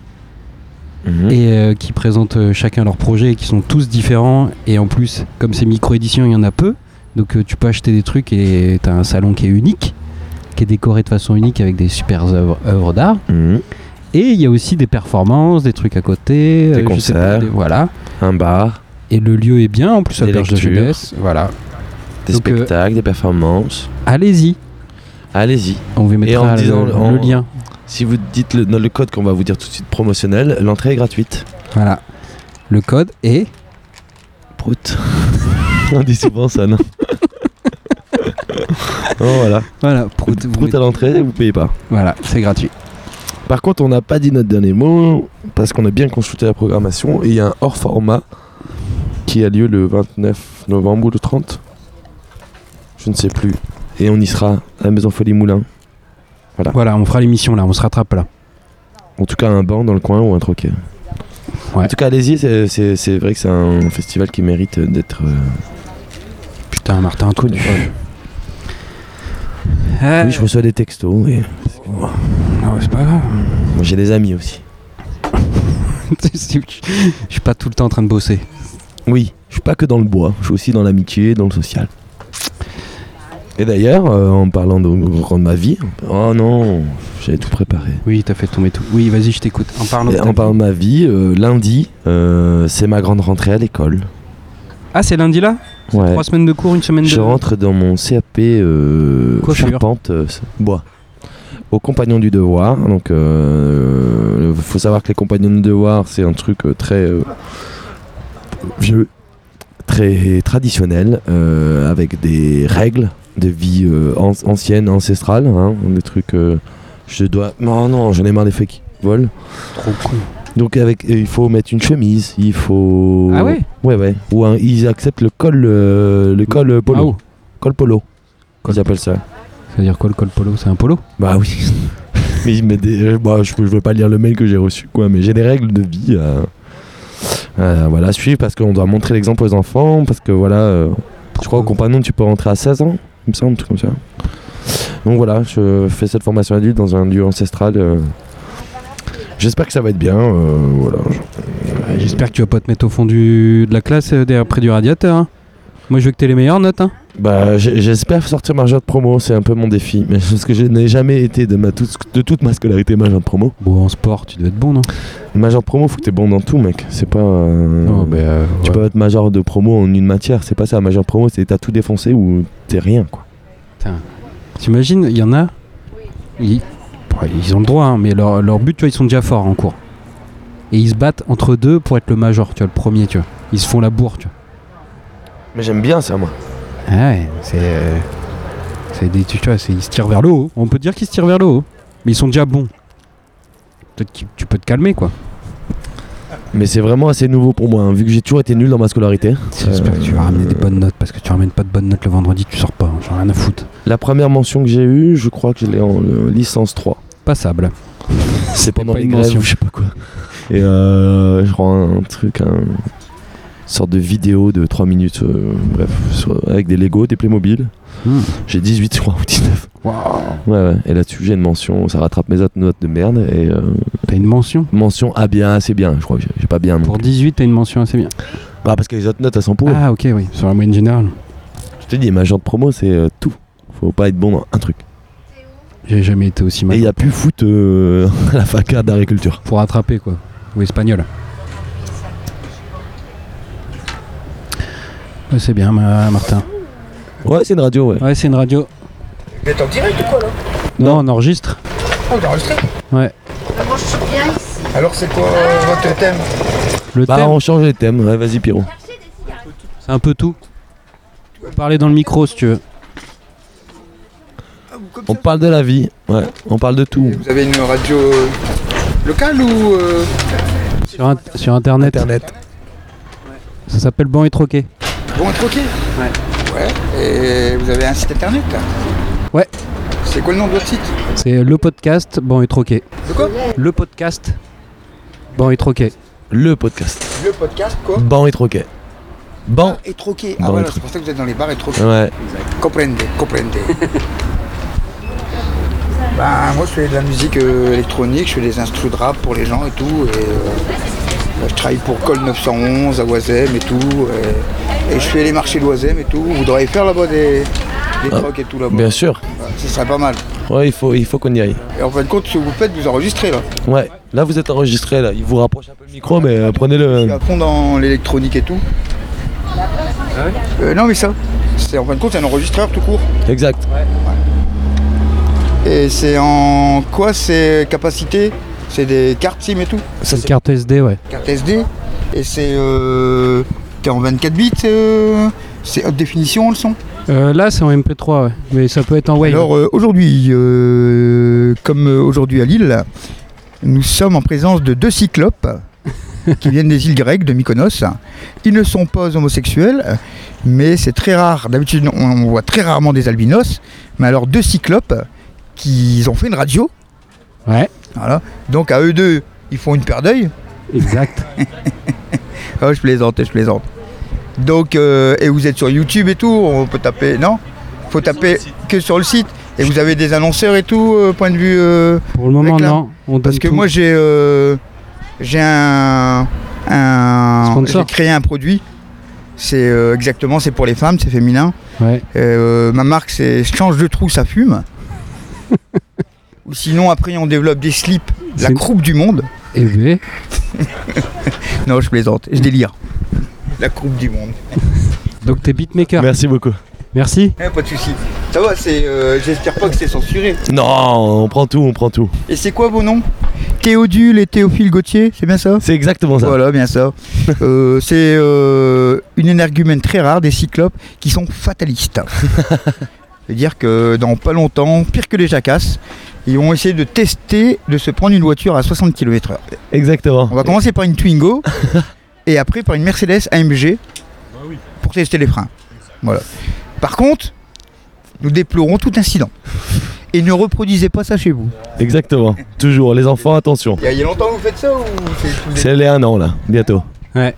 Speaker 2: bien. Mhm.
Speaker 1: et euh, qui présentent euh, chacun leur projet et qui sont tous différents. Et en plus, comme c'est micro-édition, il y en a peu. Donc euh, tu peux acheter des trucs et t'as un salon qui est unique, qui est décoré de façon unique avec des super œuvres œuvres d'art.
Speaker 2: Mhm.
Speaker 1: Et il y a aussi des performances, des trucs à côté. euh,
Speaker 2: Des
Speaker 1: je sais pas,
Speaker 2: concerts.
Speaker 1: des- voilà.
Speaker 2: Un bar,
Speaker 1: Et le lieu est bien, en plus à
Speaker 2: Des
Speaker 1: Berge de
Speaker 2: lectures.
Speaker 1: Jeunesse. Voilà.
Speaker 2: des
Speaker 1: Donc, euh,
Speaker 2: spectacles, des performances.
Speaker 1: Allez-y.
Speaker 2: Allez-y.
Speaker 1: On vous mettra
Speaker 2: en
Speaker 1: le-
Speaker 2: disant-
Speaker 1: le,
Speaker 2: en-
Speaker 1: lien.
Speaker 2: Si vous dites le, le code qu'on va vous dire tout de suite promotionnel, l'entrée est gratuite.
Speaker 1: Voilà. Le code est.
Speaker 2: Prout. On dit souvent ça, non Oh, voilà.
Speaker 1: Voilà. Prout, vous
Speaker 2: Prout à
Speaker 1: mettez-
Speaker 2: l'entrée, vous payez pas.
Speaker 1: Voilà, c'est gratuit.
Speaker 2: Par contre, on n'a pas dit notre dernier mot parce qu'on a bien consulté la programmation et il y a un hors format qui a lieu le 29 novembre ou le 30. Je ne sais plus. Et on y sera à la Maison Folie Moulin.
Speaker 1: Voilà, on fera l'émission là, on se rattrape là.
Speaker 2: En tout cas, un banc dans le coin ou un troquet.
Speaker 1: Ouais.
Speaker 2: En tout cas, allez-y, c'est- c'est c'est vrai que c'est un festival qui mérite d'être. euh,
Speaker 1: Putain, Martin, toi,
Speaker 2: Connu.
Speaker 1: t'es folle. Ah,
Speaker 2: Oui, je reçois des textos. et-
Speaker 1: non, Ah c'est pas grave.
Speaker 2: Moi, J'ai des amis aussi.
Speaker 1: C'est- c'est- je suis pas tout le temps en train de bosser.
Speaker 2: Oui, je suis pas que dans le bois, je suis aussi dans l'amitié, dans le social. Et d'ailleurs, euh, en parlant de de ma vie, oh non, j'avais tout préparé.
Speaker 1: Oui, t'as fait tomber tout. Oui, vas-y, je t'écoute. En parlant.
Speaker 2: Et
Speaker 1: de
Speaker 2: en
Speaker 1: ta-
Speaker 2: parlant de ma vie, euh, lundi, euh, c'est ma grande rentrée à l'école.
Speaker 1: Ah, c'est lundi là
Speaker 2: Ouais.
Speaker 1: Trois semaines de cours, une semaine de.
Speaker 2: Je rentre dans mon CAP euh,
Speaker 1: Coiffure.
Speaker 2: charpente euh, s- bois. Au compagnon du devoir. Donc, il faut savoir que les compagnons du devoir, c'est un truc euh, très euh, vieux, très traditionnel, euh, avec des règles de vie euh, an- anciennes, ancestrales. hein, des trucs. euh, je dois. Non, non, j'en ai marre des feux qui volent.
Speaker 1: Trop con.
Speaker 2: Donc, avec, euh, il faut mettre une chemise, il faut.
Speaker 1: Ah ouais
Speaker 2: Ouais, ouais. Ou un- ils acceptent le col, euh, le col euh, polo.
Speaker 1: Ah, oh.
Speaker 2: Col polo. Ils appellent ça.
Speaker 1: Ça veut dire quoi le col polo C'est un polo
Speaker 2: Bah oui. mais ils mettent des- euh, bah, je, je veux pas lire le mail que j'ai reçu, quoi. Mais j'ai des règles de vie à, à, voilà, suivre parce qu'on doit montrer l'exemple aux enfants. Parce que voilà, euh, je crois au compagnon, tu peux rentrer à 16 ans, il me semble, un truc comme ça. Donc voilà, je fais cette formation adulte dans un lieu ancestral. euh. J'espère que ça va être bien. euh, voilà.
Speaker 1: Ouais, J'espère que tu vas pas te mettre au fond du, de la classe euh, derrière près du radiateur. hein. Moi je veux que t'aies les meilleures notes. Hein.
Speaker 2: Bah, j'ai- j'espère sortir ma de promo, c'est un peu mon défi, mais parce que je n'ai jamais été de, ma toute, de toute ma scolarité major de promo.
Speaker 1: Bon en sport tu dois être bon non
Speaker 2: Major de promo, faut que t'es bon dans tout, mec. C'est pas. euh, Tu peux être major de promo en une matière, c'est pas ça. Major de promo, c'est t'as tout défoncé ou t'es rien, quoi.
Speaker 1: T'imagines, il y en a. Ils, bon, ils ont le droit, hein, mais leur, leur but, tu vois, ils sont déjà forts en cours. Et ils se battent entre deux pour être le major, tu vois, le premier, tu vois. Ils se font la bourre, tu vois.
Speaker 2: Mais j'aime bien ça, moi.
Speaker 1: Ah ouais, c'est. euh, c'est des. Tu vois, c'est- ils se tirent vers le haut. On peut dire qu'ils se tirent vers le haut. Mais ils sont déjà bons. Peut-être que tu peux te calmer, quoi.
Speaker 2: Mais c'est vraiment assez nouveau pour moi, hein, vu que j'ai toujours été nul dans ma scolarité.
Speaker 1: J'espère que tu vas ramener des bonnes notes, parce que tu ramènes pas de bonnes notes le vendredi, tu sors pas. hein, J'en ai rien à foutre.
Speaker 2: La première mention que j'ai eue, je crois que je l'ai en euh, licence 3.
Speaker 1: Passable.
Speaker 2: C'est pendant
Speaker 1: pas
Speaker 2: les
Speaker 1: une
Speaker 2: grèves
Speaker 1: mention.
Speaker 2: ou je sais pas quoi. Et euh, je rends un truc, un une sorte de vidéo de 3 minutes, euh, bref, sur- avec des Lego, des Playmobil.
Speaker 1: Hmm.
Speaker 2: J'ai 18, je crois, ou 19.
Speaker 1: Waouh.
Speaker 2: Ouais, ouais. Et là-dessus, j'ai une mention, ça rattrape mes autres notes de merde. Et euh,
Speaker 1: T'as une mention.
Speaker 2: mention A bien, assez bien, je crois que j'ai- j'ai pas bien. non
Speaker 1: Pour
Speaker 2: plus.
Speaker 1: 18, t'as une mention assez bien.
Speaker 2: Ah, parce que les autres notes, elles sont pourries.
Speaker 1: Ah, ok, oui, sur la moyenne générale.
Speaker 2: Je te dis, major de promo, c'est euh, tout. Faut pas être bon dans un truc.
Speaker 1: J'ai jamais été aussi mal.
Speaker 2: Et il y a plus foot euh, à la fac d'agriculture.
Speaker 1: pour rattraper quoi. Ou espagnol. Ouais, c'est bien, ma- Martin.
Speaker 2: Ouais, c'est une radio, ouais.
Speaker 1: Ouais, c'est une radio.
Speaker 4: Vous êtes en direct ou quoi là
Speaker 1: Non, on enregistre.
Speaker 4: On est enregistré
Speaker 1: Ouais.
Speaker 5: Moi, je suis bien ici.
Speaker 4: Alors c'est quoi euh, votre thème
Speaker 1: Le
Speaker 2: Bah,
Speaker 1: thème,
Speaker 2: on change les thèmes. Ouais, vas-y, Pierrot.
Speaker 1: c'est un peu tout. Tu peux parler dans le micro si tu veux.
Speaker 2: On parle de la vie, ouais, on parle de tout.
Speaker 4: Vous avez une radio euh, locale ou euh,
Speaker 1: Sur, in- sur internet.
Speaker 2: Internet.
Speaker 1: Ça s'appelle Ban et Troquet.
Speaker 4: bon troquet Ouais. Ouais. Et vous avez un site internet là
Speaker 1: Ouais.
Speaker 4: C'est quoi le nom de votre site
Speaker 1: C'est le podcast Bon et Troqué.
Speaker 4: De quoi
Speaker 1: Le podcast Bon et Troqué.
Speaker 2: Le podcast.
Speaker 4: Le podcast quoi
Speaker 2: Ban et troquet. Ban.
Speaker 4: Et troqué.
Speaker 2: Dans
Speaker 4: Ah
Speaker 2: les
Speaker 4: voilà,
Speaker 2: trucs.
Speaker 4: c'est pour ça que vous êtes dans les bars et troqué.
Speaker 2: Ouais.
Speaker 4: Comprende, comprende. ben, moi, je fais de la musique euh, électronique, je fais des instrus de rap pour les gens et tout. Et, euh, je travaille pour Col 911 à Oisem et tout. Et, et je fais les marchés d'Oisem et tout. Vous devriez faire là-bas des, des trocs et tout là-bas.
Speaker 2: Ah, Bien sûr.
Speaker 4: Ce serait pas mal.
Speaker 2: Ouais, il faut, il faut qu'on y aille.
Speaker 4: Et en fin de compte, ce que vous faites, vous enregistrez là.
Speaker 2: Ouais. Là, vous êtes enregistré. Là, il vous rapproche un peu le micro, mais euh, prenez-le.
Speaker 4: Je suis à fond dans l'électronique et tout. Euh, non, mais ça, c'est en fin de compte, c'est un enregistreur tout court.
Speaker 2: Exact.
Speaker 4: Et c'est en quoi c'est capacité C'est des cartes SIM et tout
Speaker 2: Ça,
Speaker 1: Une
Speaker 2: c'est-
Speaker 1: carte SD, ouais.
Speaker 4: Carte SD Et c'est. Euh, T'es en 24 bits euh, C'est haute définition le son
Speaker 1: Euh, là, c'est en MP3, ouais. Mais ça peut être en Wave.
Speaker 4: Alors euh, aujourd'hui, euh, comme euh, aujourd'hui à Lille, nous sommes en présence de deux cyclopes qui viennent des îles grecques, de Mykonos. Ils ne sont pas homosexuels, mais c'est très rare. D'habitude, on, on voit très rarement des albinos. Mais alors deux cyclopes qui ils ont fait une radio.
Speaker 1: Ouais.
Speaker 4: Voilà. Donc à eux deux, ils font une paire d'œils.
Speaker 1: Exact.
Speaker 4: Ah, je plaisante, je plaisante. Donc, euh, et vous êtes sur YouTube et tout, on peut taper, non Faut taper que sur le site. Et vous avez des annonceurs et tout, euh, point de vue. euh,
Speaker 1: Pour le moment,
Speaker 4: Mec, là,
Speaker 1: non. On donne
Speaker 4: parce que
Speaker 1: tout.
Speaker 4: moi, j'ai euh, j'ai un, un
Speaker 1: Sponsor.
Speaker 4: j'ai créé un produit. C'est euh, exactement, c'est pour les femmes, c'est féminin.
Speaker 1: Ouais.
Speaker 4: Euh, ma marque, c'est je change de trou, ça fume. Ou sinon, après, on développe des slips, la
Speaker 1: C'est-
Speaker 4: croupe du monde.
Speaker 1: Eh ben,
Speaker 4: Non, je plaisante, je délire. La croupe du monde.
Speaker 1: donc t'es beatmaker.
Speaker 2: Merci beaucoup.
Speaker 1: Merci.
Speaker 4: Eh, pas de soucis. Ça va, c'est. euh, J'espère pas que c'est censuré.
Speaker 2: Non, on prend tout, on prend tout.
Speaker 4: Et c'est quoi vos noms Théodule et Théophile Gauthier, c'est bien ça
Speaker 2: C'est exactement ça.
Speaker 4: Voilà, bien ça. Euh, c'est euh, une énergumène très rare des cyclopes qui sont fatalistes. C'est-à-dire que dans pas longtemps, pire que les jacasses, ils vont essayer de tester de se prendre une voiture à 60 km/h.
Speaker 2: Exactement.
Speaker 4: On va commencer par une Twingo et après par une Mercedes AMG
Speaker 2: Bah
Speaker 4: pour tester les freins. Voilà. Par contre, nous déplorons tout incident. Et ne reproduisez pas ça chez vous.
Speaker 2: Exactement. Toujours. Les enfants, attention.
Speaker 4: Il y, a longtemps que vous faites ça ou c'est
Speaker 2: C'est les un an là, bientôt.
Speaker 4: Vous avez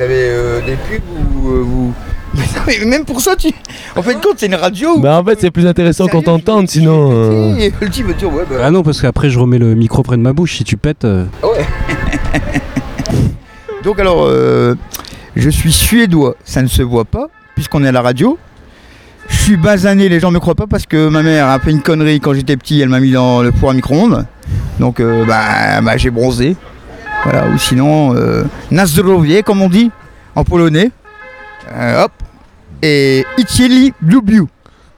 Speaker 4: euh, des pubs ou euh, vous. Mais non, mais même pour ça, tu. En fait, compte, c'est une radio. ou-
Speaker 2: Bah en fait c'est plus intéressant
Speaker 4: Sérieux,
Speaker 2: qu'on t'entende
Speaker 4: je vais-
Speaker 2: sinon. euh,
Speaker 4: Et le type va dire, ouais, bah.
Speaker 1: Ah non, parce qu'après, je remets le micro près de ma bouche. Si tu pètes. euh,
Speaker 4: Donc, alors, euh, je suis suédois, ça ne se voit pas, puisqu'on est à la radio. Je suis basané, les gens ne me croient pas parce que ma mère a fait une connerie quand j'étais petit, elle m'a mis dans le four à micro-ondes. Donc, euh, bah, bah, j'ai bronzé. Voilà, ou sinon, euh, Nazdrowie, comme on dit, en polonais. Euh, hop. Et Itchili Blubiu.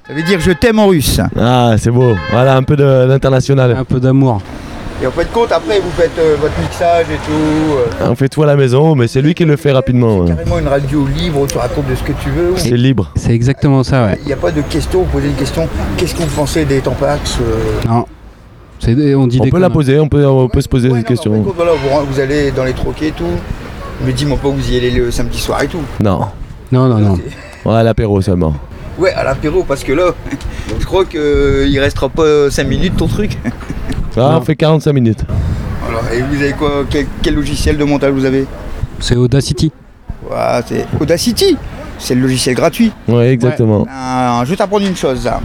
Speaker 4: Ça veut dire je t'aime en russe.
Speaker 2: Ah c'est beau. Voilà un peu de- d'international.
Speaker 4: Ah
Speaker 1: un peu d'amour.
Speaker 4: Et en fait, compte, après, vous faites euh, votre mixage et tout. euh,
Speaker 2: On fait tout à la maison mais c'est lui qui le fait rapidement. ouais.
Speaker 4: carrément une radio libre où tu racontes de ce que tu veux.
Speaker 2: C'est libre.
Speaker 1: C'est exactement ça, ouais.
Speaker 4: Il n'y a pas de question, vous posez une question. Qu'est-ce que vous pensez des Tampax euh,
Speaker 1: Non. C'est des- on dit
Speaker 2: On
Speaker 1: des
Speaker 2: peut la
Speaker 1: conneries.
Speaker 2: poser, on peut, on peut se poser
Speaker 4: hein. ouais,
Speaker 2: cette
Speaker 4: non, mais en
Speaker 2: question.
Speaker 4: fait, voilà, vous, vous allez dans les troquets et tout. Mais dis-moi pas que vous y allez le samedi soir et tout.
Speaker 2: Non.
Speaker 1: Non, non, non.
Speaker 2: On a l'apéro seulement.
Speaker 4: Ouais, à l'apéro, parce que là, je crois qu'il il restera pas 5 minutes ton truc.
Speaker 2: Ah,
Speaker 1: Non.
Speaker 2: on fait 45 minutes.
Speaker 4: Alors, et vous avez quoi quel, quel logiciel de montage vous avez
Speaker 1: C'est Audacity.
Speaker 4: Ouah, C'est Audacity C'est le logiciel gratuit.
Speaker 2: Ouais exactement.
Speaker 4: Euh, je vais t'apprendre une chose. là.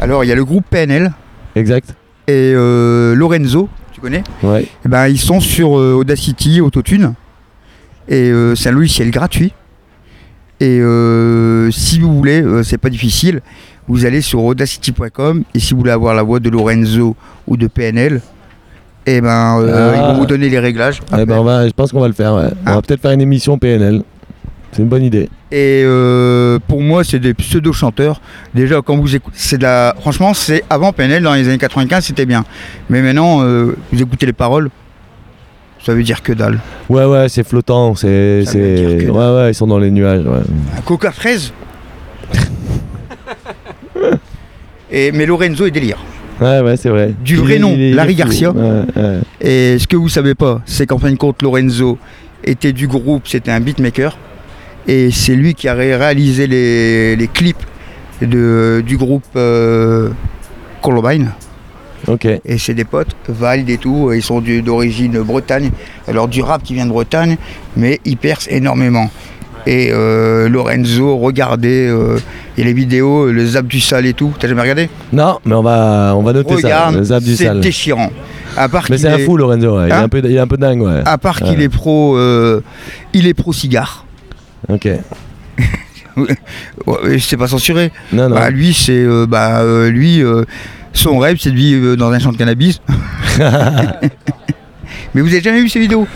Speaker 4: Alors, il y a le groupe PNL
Speaker 2: Exact.
Speaker 4: et euh, Lorenzo, tu connais
Speaker 2: Ouais.
Speaker 4: Eh ben, ils sont sur euh, Audacity, Autotune. Et euh, c'est un logiciel gratuit. Et euh, si vous voulez, euh, c'est pas difficile, vous allez sur audacity.com et si vous voulez avoir la voix de Lorenzo ou de PNL, et ben, euh,
Speaker 2: Ah.
Speaker 4: ils vont vous donner les réglages.
Speaker 2: Eh ben on va, je pense qu'on va le faire. ouais. On
Speaker 4: Ah.
Speaker 2: va peut-être faire une émission PNL. C'est une bonne idée.
Speaker 4: Et euh, pour moi, c'est des pseudo-chanteurs. Déjà, quand vous écoutez, c'est de la... Franchement, c'est avant PNL, dans les années 95, c'était bien. Mais maintenant, euh, vous écoutez les paroles, ça veut dire que dalle.
Speaker 2: Ouais ouais c'est flottant, c'est,
Speaker 4: Ça veut
Speaker 2: c'est-
Speaker 4: dire que-
Speaker 2: ouais ouais ils sont dans les nuages. ouais.
Speaker 4: Un coca fraise Et, mais Lorenzo est délire.
Speaker 2: Ouais ouais c'est vrai.
Speaker 4: Du
Speaker 2: Il
Speaker 4: vrai
Speaker 2: est-
Speaker 4: nom,
Speaker 2: il est- il est
Speaker 4: Larry
Speaker 2: fou.
Speaker 4: Garcia.
Speaker 2: Ouais, ouais.
Speaker 4: Et ce que vous savez pas, c'est qu'en fin de compte, Lorenzo était du groupe, c'était un beatmaker. Et c'est lui qui a ré- réalisé les, les clips de, du groupe euh, Columbine.
Speaker 2: Ok.
Speaker 4: Et c'est des potes, Vald et tout, euh, ils sont du- d'origine Bretagne, alors du rap qui vient de Bretagne, mais ils percent énormément. Et euh, Lorenzo, regardez, euh, il y a les vidéos, euh, le zap du sale et tout, t'as jamais regardé
Speaker 2: Non, mais on va, on va noter ça. Le
Speaker 4: Regarde,
Speaker 2: zap du
Speaker 4: c'est
Speaker 2: sale.
Speaker 4: déchirant. À part
Speaker 2: Mais
Speaker 4: qu'il
Speaker 2: c'est un
Speaker 4: est-
Speaker 2: fou, Lorenzo. ouais. il, est
Speaker 4: Hein Ah.
Speaker 2: un peu, il est un peu dingue, ouais.
Speaker 4: À part qu'il
Speaker 2: Ouais.
Speaker 4: est pro, euh, il est pro cigare.
Speaker 2: Ok.
Speaker 4: Ouais, c'est pas censuré.
Speaker 2: Non, Ah non.
Speaker 4: Bah, lui, c'est euh, bah euh, lui, euh, son rêve, c'est de vivre euh, dans un champ de cannabis. Mais vous avez jamais vu ces vidéos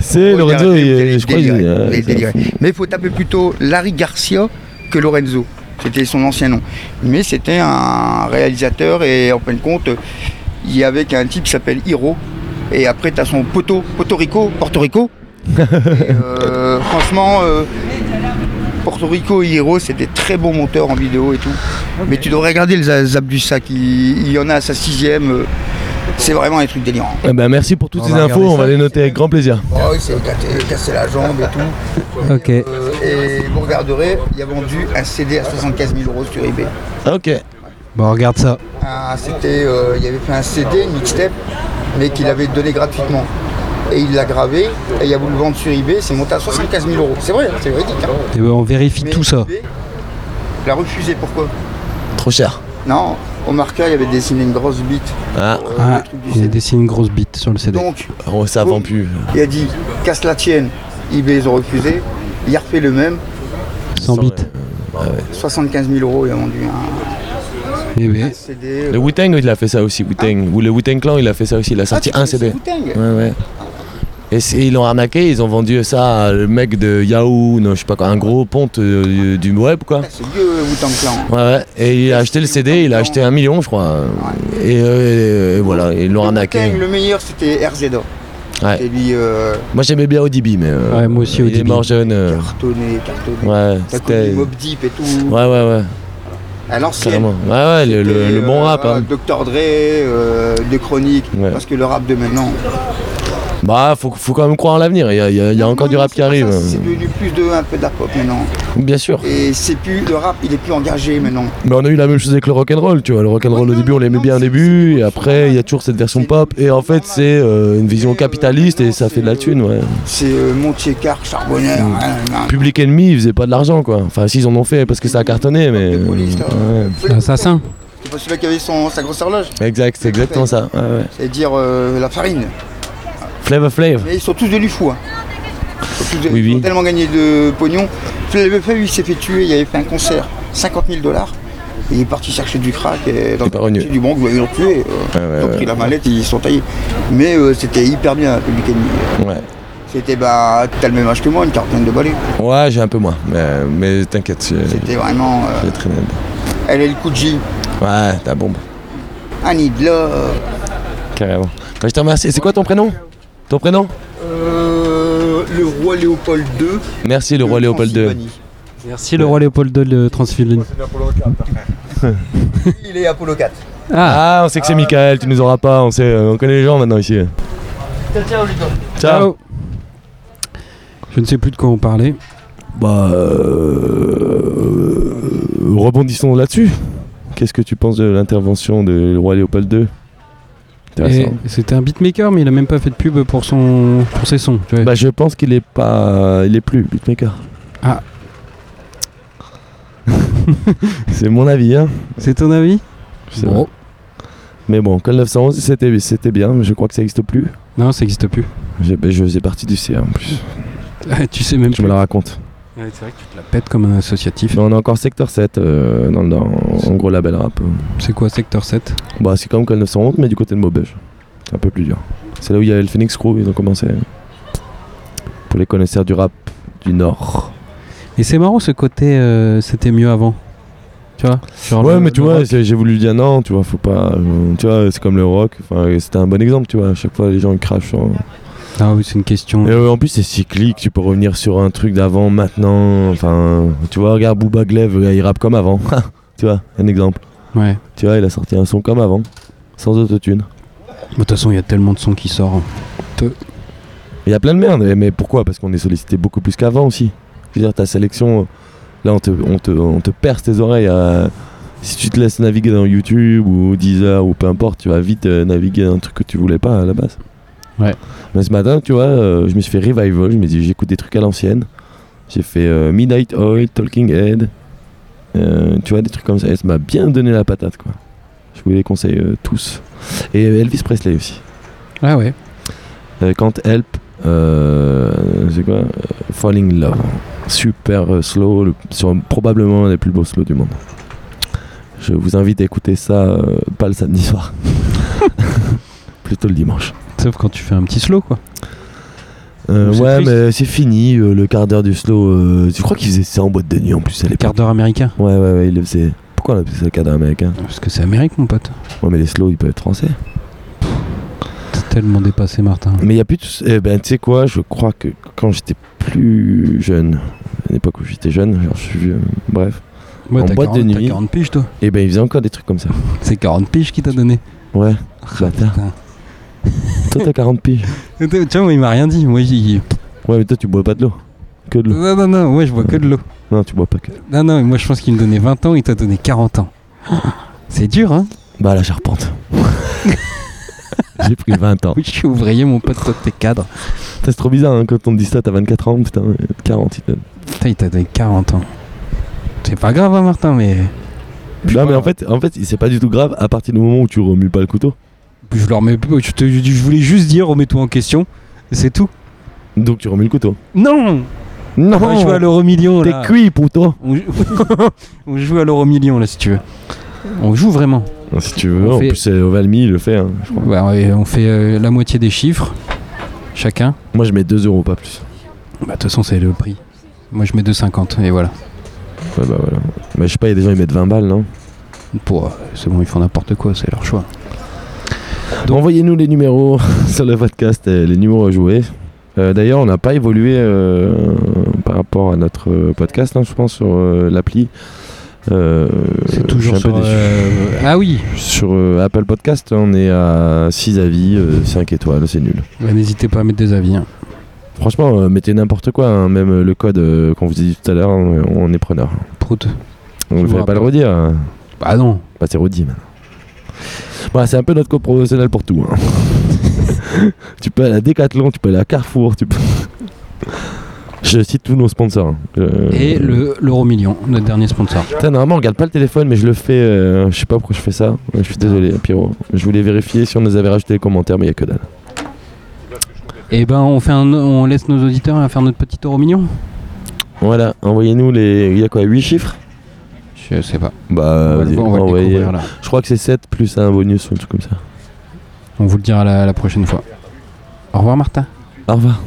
Speaker 2: c'est Lorenzo,
Speaker 4: Regardez,
Speaker 2: il
Speaker 4: vous
Speaker 2: est-
Speaker 4: allez
Speaker 2: je crois qu'il
Speaker 4: délirer,
Speaker 2: est-
Speaker 4: vous
Speaker 2: ouais, c'est
Speaker 4: allez
Speaker 2: un
Speaker 4: délirer.
Speaker 2: fou.
Speaker 4: Mais il faut taper plutôt Larry Garcia que Lorenzo. C'était son ancien nom. Mais c'était un réalisateur et en fin de compte, il y avait un type qui s'appelle Hiro. Et après, tu as son poteau, Porto Rico, Porto Rico. Et, euh, franchement, euh, Porto Rico et Hiro, c'est des très bons monteurs en vidéo et tout. Mais tu devrais regarder les a- Zap du Sac. Il, il y en a à sa sixième. euh, C'est vraiment un truc délirant.
Speaker 2: Eh ben, merci pour toutes
Speaker 4: On
Speaker 2: ces
Speaker 4: va
Speaker 2: infos,
Speaker 4: regarder
Speaker 2: on va
Speaker 4: ça.
Speaker 2: les noter avec grand plaisir.
Speaker 4: Oh, il s'est gâté- cassé la jambe et tout.
Speaker 1: Ok.
Speaker 4: Euh, et vous regarderez, il a vendu un CD à 75 000 euros sur eBay.
Speaker 2: Ok.
Speaker 1: Bon, regarde ça.
Speaker 4: Ah, C'était, euh, il avait fait un CD, une mixtape, mais qu'il avait donné gratuitement. Et il l'a gravé, et il a voulu le vendre sur eBay, c'est monté à 75 000 euros. C'est vrai, hein, c'est véridique. hein.
Speaker 1: Et ben, on vérifie
Speaker 4: Mais
Speaker 1: tout ça.
Speaker 4: eBay l'a refusé, pourquoi
Speaker 2: Trop cher.
Speaker 4: Non, au marqueur, il avait dessiné une grosse bite.
Speaker 2: Ah,
Speaker 4: euh,
Speaker 1: Ah,
Speaker 4: le truc du
Speaker 1: il a
Speaker 4: CD.
Speaker 1: dessiné une grosse bite sur le CD.
Speaker 4: Donc,
Speaker 2: on ça vend plus.
Speaker 4: il a dit, casse la tienne. eBay, ils ont refusé. Il a refait le même,
Speaker 1: Sans bite.
Speaker 4: 75 000 euros, il a vendu un
Speaker 1: Eh ben,
Speaker 4: CD.
Speaker 2: Le Wu-Tang, il a fait ça aussi, Wu-Tang. Ou le Wu-Tang Clan, il a fait ça aussi, il
Speaker 4: Ah,
Speaker 2: a sorti un CD.
Speaker 4: Wu-Tang.
Speaker 2: Ouais, ouais. Et c'est- ils l'ont arnaqué, ils ont vendu ça à le mec de Yahoo, non, je sais pas quoi, un gros ponte euh, du web quoi.
Speaker 4: Ah, C'est vieux Wu-Tang Clan.
Speaker 2: Ouais, ouais. Et il a acheté le CD, il a acheté un million je crois. Et, euh, et voilà, ils l'ont
Speaker 4: Wu-Tang,
Speaker 2: arnaqué.
Speaker 4: le meilleur c'était RZA.
Speaker 2: Ouais.
Speaker 4: Et lui euh,
Speaker 2: Moi j'aimais bien ODB, mais euh,
Speaker 1: Ouais, moi aussi,
Speaker 2: il est
Speaker 1: ODB.
Speaker 2: mort jeune. euh,
Speaker 4: cartonné, cartonné.
Speaker 2: ouais,
Speaker 4: T'as connu
Speaker 2: c'était.
Speaker 4: Mob Deep et tout.
Speaker 2: Ouais, ouais, ouais,
Speaker 4: À l'ancienne.
Speaker 2: carrément. Ouais, ouais, le, le- le
Speaker 4: Et,
Speaker 2: bon
Speaker 4: euh,
Speaker 2: rap. hein.
Speaker 4: Dr. Dre, euh, de Chronique.
Speaker 2: Ouais.
Speaker 4: Parce que le rap de maintenant.
Speaker 2: Bah, faut, faut quand même croire en l'avenir, il y a, il y a- il y a encore
Speaker 4: Non,
Speaker 2: du
Speaker 4: non,
Speaker 2: rap
Speaker 4: c'est
Speaker 2: qui
Speaker 4: pas
Speaker 2: arrive. euh,
Speaker 4: ça, C'est devenu plus de un peu de la pop maintenant.
Speaker 2: Bien sûr.
Speaker 4: Et c'est plus le rap, il est plus engagé maintenant.
Speaker 2: Mais on a eu la même chose avec le rock'n'roll, tu vois. Le rock'n'roll au début, on l'aimait bien au début, et après, il y a toujours cette version pop, et en fait, c'est euh, une vision capitaliste, et ça fait de la thune, ouais.
Speaker 4: C'est euh, Montier Car, Charbonneur.
Speaker 2: Mm.
Speaker 4: hein, hein.
Speaker 2: Public Enemy, ils faisaient pas de l'argent, quoi. Enfin, s'ils en ont fait parce que ça a cartonné, mais.
Speaker 4: De police, là.
Speaker 2: ouais.
Speaker 1: l'assassin.
Speaker 4: C'est pas celui qui avait son, sa grosse horloge.
Speaker 2: Exact, c'est exactement ça. Ouais, ouais.
Speaker 4: C'est-à-dire euh, la farine.
Speaker 2: Flavor Flav.
Speaker 4: Mais ils sont tous devenus fous. Hein. Ils sont tous devenus-
Speaker 2: Oui, oui.
Speaker 4: ils ont tellement gagné de pognon. Le fait, il s'est fait tuer, il avait fait un concert, 50 000 dollars. Il est parti chercher du crack et dans
Speaker 2: Il est pas revenu.
Speaker 4: quartier du Bronx, ils l'ont tué. euh,
Speaker 2: ouais,
Speaker 4: ils ont
Speaker 2: ouais.
Speaker 4: pris la mallette et ils sont taillés. Mais euh, c'était hyper bien, Public Enemy.
Speaker 2: Ouais.
Speaker 4: C'était, bah, t'as le même âge que moi, une quarantaine de balais.
Speaker 2: Ouais, j'ai un peu moins, mais, mais t'inquiète, j'ai
Speaker 4: C'était vraiment.
Speaker 2: j'ai
Speaker 4: euh,
Speaker 2: traîné.
Speaker 4: elle est le Kuji,
Speaker 2: Ouais, ta bombe,
Speaker 4: I need love.
Speaker 2: carrément. Bah, je te remercie. C'est quoi ton prénom Ton prénom
Speaker 4: Euh, le roi Léopold II.
Speaker 2: Merci, le roi Léopold II.
Speaker 4: Transylvanie.
Speaker 1: Merci le roi Léopold II de Transylvanie.
Speaker 4: Il est Apollo 4.
Speaker 1: Ah,
Speaker 2: Ah, on sait que c'est Michael, tu nous auras pas, on, sait, euh, on connaît les gens maintenant ici. Ciao.
Speaker 1: ciao. Je ne sais plus de quoi on parlait.
Speaker 2: Bah, euh, rebondissons là-dessus. Qu'est-ce que tu penses de l'intervention de roi Léopold II
Speaker 1: Et
Speaker 2: Intéressant.
Speaker 1: C'était un beatmaker, mais il a même pas fait de pub pour son pour ses sons. tu vois.
Speaker 2: Bah, je pense qu'il est pas, il est plus beatmaker.
Speaker 1: Ah.
Speaker 2: C'est mon avis, hein.
Speaker 1: C'est ton avis
Speaker 2: C'est vrai. Mais bon, Col 911, c'était, c'était bien, mais je crois que ça n'existe plus.
Speaker 1: Non, ça n'existe plus.
Speaker 2: J'ai- bah, Je faisais partie du CA en plus.
Speaker 1: tu sais même
Speaker 2: Je me la raconte.
Speaker 1: c'est vrai que tu te la pètes comme un associatif.
Speaker 2: Mais on a encore Secteur 7 euh, dans le Nord, en gros label rap.
Speaker 1: C'est quoi Secteur 7
Speaker 2: Bah, c'est comme Col 911, mais du côté de Maubeuge. C'est un peu plus dur. C'est là où il y avait le Phoenix Crew, ils ont commencé. Pour les connaisseurs du rap du Nord.
Speaker 1: Et c'est marrant ce côté, euh, c'était mieux avant. Tu vois Genre
Speaker 2: ouais,
Speaker 1: le-
Speaker 2: mais tu
Speaker 1: le
Speaker 2: vois,
Speaker 1: rock.
Speaker 2: j'ai j'ai voulu dire non, tu vois, faut pas. euh, tu vois, c'est comme le rock. Enfin, c'était un bon exemple, tu vois. À chaque fois, les gens ils crachent. sur-
Speaker 1: Ah oui, c'est une question.
Speaker 2: Et, euh, en plus, c'est cyclique. Tu peux revenir sur un truc d'avant, maintenant. Enfin, tu vois, regarde Booba Glaive, il rappe comme avant. tu vois, un exemple.
Speaker 1: Ouais.
Speaker 2: Tu vois, il a sorti un son comme avant, sans autotune.
Speaker 1: De toute façon, il y a tellement de sons qui sortent.
Speaker 2: Il y a plein de merde, mais pourquoi Parce qu'on est sollicité beaucoup plus qu'avant aussi. Je veux dire, ta sélection, là, on te, on te, on te perce tes oreilles. à- si tu te laisses naviguer dans YouTube ou Deezer ou peu importe, tu vas vite euh, naviguer dans un truc que tu voulais pas à la base.
Speaker 1: Ouais.
Speaker 2: Mais ce matin, tu vois, euh, je me suis fait revival, je me dis j'écoute des trucs à l'ancienne. J'ai fait euh, Midnight Oil, Talking Head, euh, tu vois, des trucs comme ça. Et ça m'a bien donné la patate, quoi. Je vous les conseille euh, tous. Et Elvis Presley aussi.
Speaker 1: Ah ouais.
Speaker 2: Euh, quand Help, euh, c'est quoi Euh, Falling Love. Super euh, slow, le- sur, probablement un des plus beaux slows du monde. Je vous invite à écouter ça, euh, pas le samedi soir, plutôt le dimanche.
Speaker 1: Sauf quand tu fais un petit slow, quoi.
Speaker 2: Euh,
Speaker 1: C'est
Speaker 2: ouais,
Speaker 1: triste.
Speaker 2: mais c'est fini, euh, le quart d'heure du slow. euh, je crois qu'ils faisaient ça en boîte de nuit en plus à l'époque.
Speaker 1: Quart d'heure américain.
Speaker 2: Ouais, ouais, ouais, ils le faisaient. Pourquoi on appelle ça le quart d'heure américain
Speaker 1: Parce que c'est Amérique, mon pote.
Speaker 2: Ouais, mais les slows, ils peuvent être français.
Speaker 1: T'as tellement dépassé, Martin.
Speaker 2: Mais il y a plus tout ce- eh ben, tu sais quoi, je crois que quand j'étais plus jeune, à l'époque où j'étais jeune, genre, je suis vieux, bref,
Speaker 1: Ouais,
Speaker 2: En
Speaker 1: t'as
Speaker 2: boîte de
Speaker 1: 40 t'as
Speaker 2: nuit.
Speaker 1: 40 piges, toi.
Speaker 2: et ben ils faisaient encore des trucs comme ça.
Speaker 1: C'est 40 piges qui t'a donné.
Speaker 2: Ouais,
Speaker 1: Ah,
Speaker 2: Bâtard.
Speaker 1: putain.
Speaker 2: toi t'as 40 piges.
Speaker 1: Attends, Tiens, moi, il m'a rien dit. Moi, j'ai.
Speaker 2: Ouais, mais toi tu bois pas de l'eau. Que de l'eau.
Speaker 1: Non, non, non, ouais, je bois que de l'eau.
Speaker 2: Non, tu bois pas que de l'eau.
Speaker 1: Non, non, moi, je pense qu'il me donnait 20 ans, il t'a donné 40 ans.
Speaker 2: Ah.
Speaker 1: C'est dur, hein
Speaker 2: Bah, la charpente. J'ai pris 20 ans.
Speaker 1: Oui, je suis ouvrier, mon pote, toi, t'es cadre.
Speaker 2: Putain, C'est trop bizarre hein, quand on te dit ça, t'as 24 ans, putain, euh, 40 ils te donnent.
Speaker 1: Putain, il t'a donné 40 ans. C'est pas grave, hein, Martin, mais.
Speaker 2: Non, mais en fait, en fait c'est pas du tout grave à partir du moment où tu remues pas le couteau.
Speaker 1: Je leur mets. Je, te- je voulais juste dire, remets-toi en question. C'est tout.
Speaker 2: Donc tu remues le couteau.
Speaker 1: Non
Speaker 2: Non,
Speaker 1: On va jouer à l'euro million,
Speaker 2: t'es
Speaker 1: là.
Speaker 2: cuit, pouto.
Speaker 1: On, jou- on joue à l'euro million, là, si tu veux. On joue vraiment.
Speaker 2: Si tu veux,
Speaker 1: On
Speaker 2: en
Speaker 1: fait-
Speaker 2: plus, euh, Valmy il le fait. hein, je crois.
Speaker 1: Ouais, ouais, on fait euh, la moitié des chiffres, chacun.
Speaker 2: Moi, je mets 2 euros, pas plus.
Speaker 1: Bah, De toute façon, c'est le prix. Moi, je mets 2,50 et voilà.
Speaker 2: Ouais, bah voilà. Mais je sais pas, il y a des gens qui mettent 20 balles, non
Speaker 1: Pour, euh, c'est bon, ils font n'importe quoi, c'est leur choix.
Speaker 2: Donc, envoyez-nous les numéros sur le podcast, euh, les numéros à jouer. Euh, D'ailleurs, on n'a pas évolué euh, par rapport à notre euh, podcast, hein, je pense, sur euh, l'appli. Euh, je suis un peu déçu.
Speaker 1: Ah oui,
Speaker 2: Sur euh, Apple Podcast, on est à 6 avis, 5 étoiles, c'est nul.
Speaker 1: Bah, n'hésitez pas à mettre des avis. hein.
Speaker 2: Franchement, euh, mettez n'importe quoi, hein, même euh, le code euh, qu'on vous a dit tout à l'heure, hein, on est preneur.
Speaker 1: Prout.
Speaker 2: On
Speaker 1: vous
Speaker 2: ne fallait pas
Speaker 1: rappelle.
Speaker 2: le redire. hein.
Speaker 1: Bah non.
Speaker 2: Bah, c'est redit maintenant. Voilà, c'est un peu notre code professionnel pour tout. hein. tu peux aller à Decathlon, tu peux aller à Carrefour, tu peux. Je cite tous nos sponsors. hein. Euh,
Speaker 1: Et le l'euro million, notre dernier sponsor.
Speaker 2: Putain, normalement, on regarde pas le téléphone, mais je le fais. euh, je sais pas pourquoi je fais ça. Ouais, je suis désolé, Pierrot. Je voulais vérifier si on nous avait rajouté les commentaires, mais il y a que dalle.
Speaker 1: Et ben, on fait un, on laisse nos auditeurs à faire notre petit euro million.
Speaker 2: Voilà, envoyez-nous les. Il y a quoi 8 chiffres
Speaker 1: Je sais pas. on
Speaker 2: Bah,
Speaker 1: va,
Speaker 2: vas-y,
Speaker 1: le, on va le
Speaker 2: envoyez.
Speaker 1: découvrir là.
Speaker 2: Je crois que c'est 7 plus un bonus ou un truc comme ça.
Speaker 1: On vous le dira la, la prochaine fois. Au revoir, Martin.
Speaker 2: Au revoir.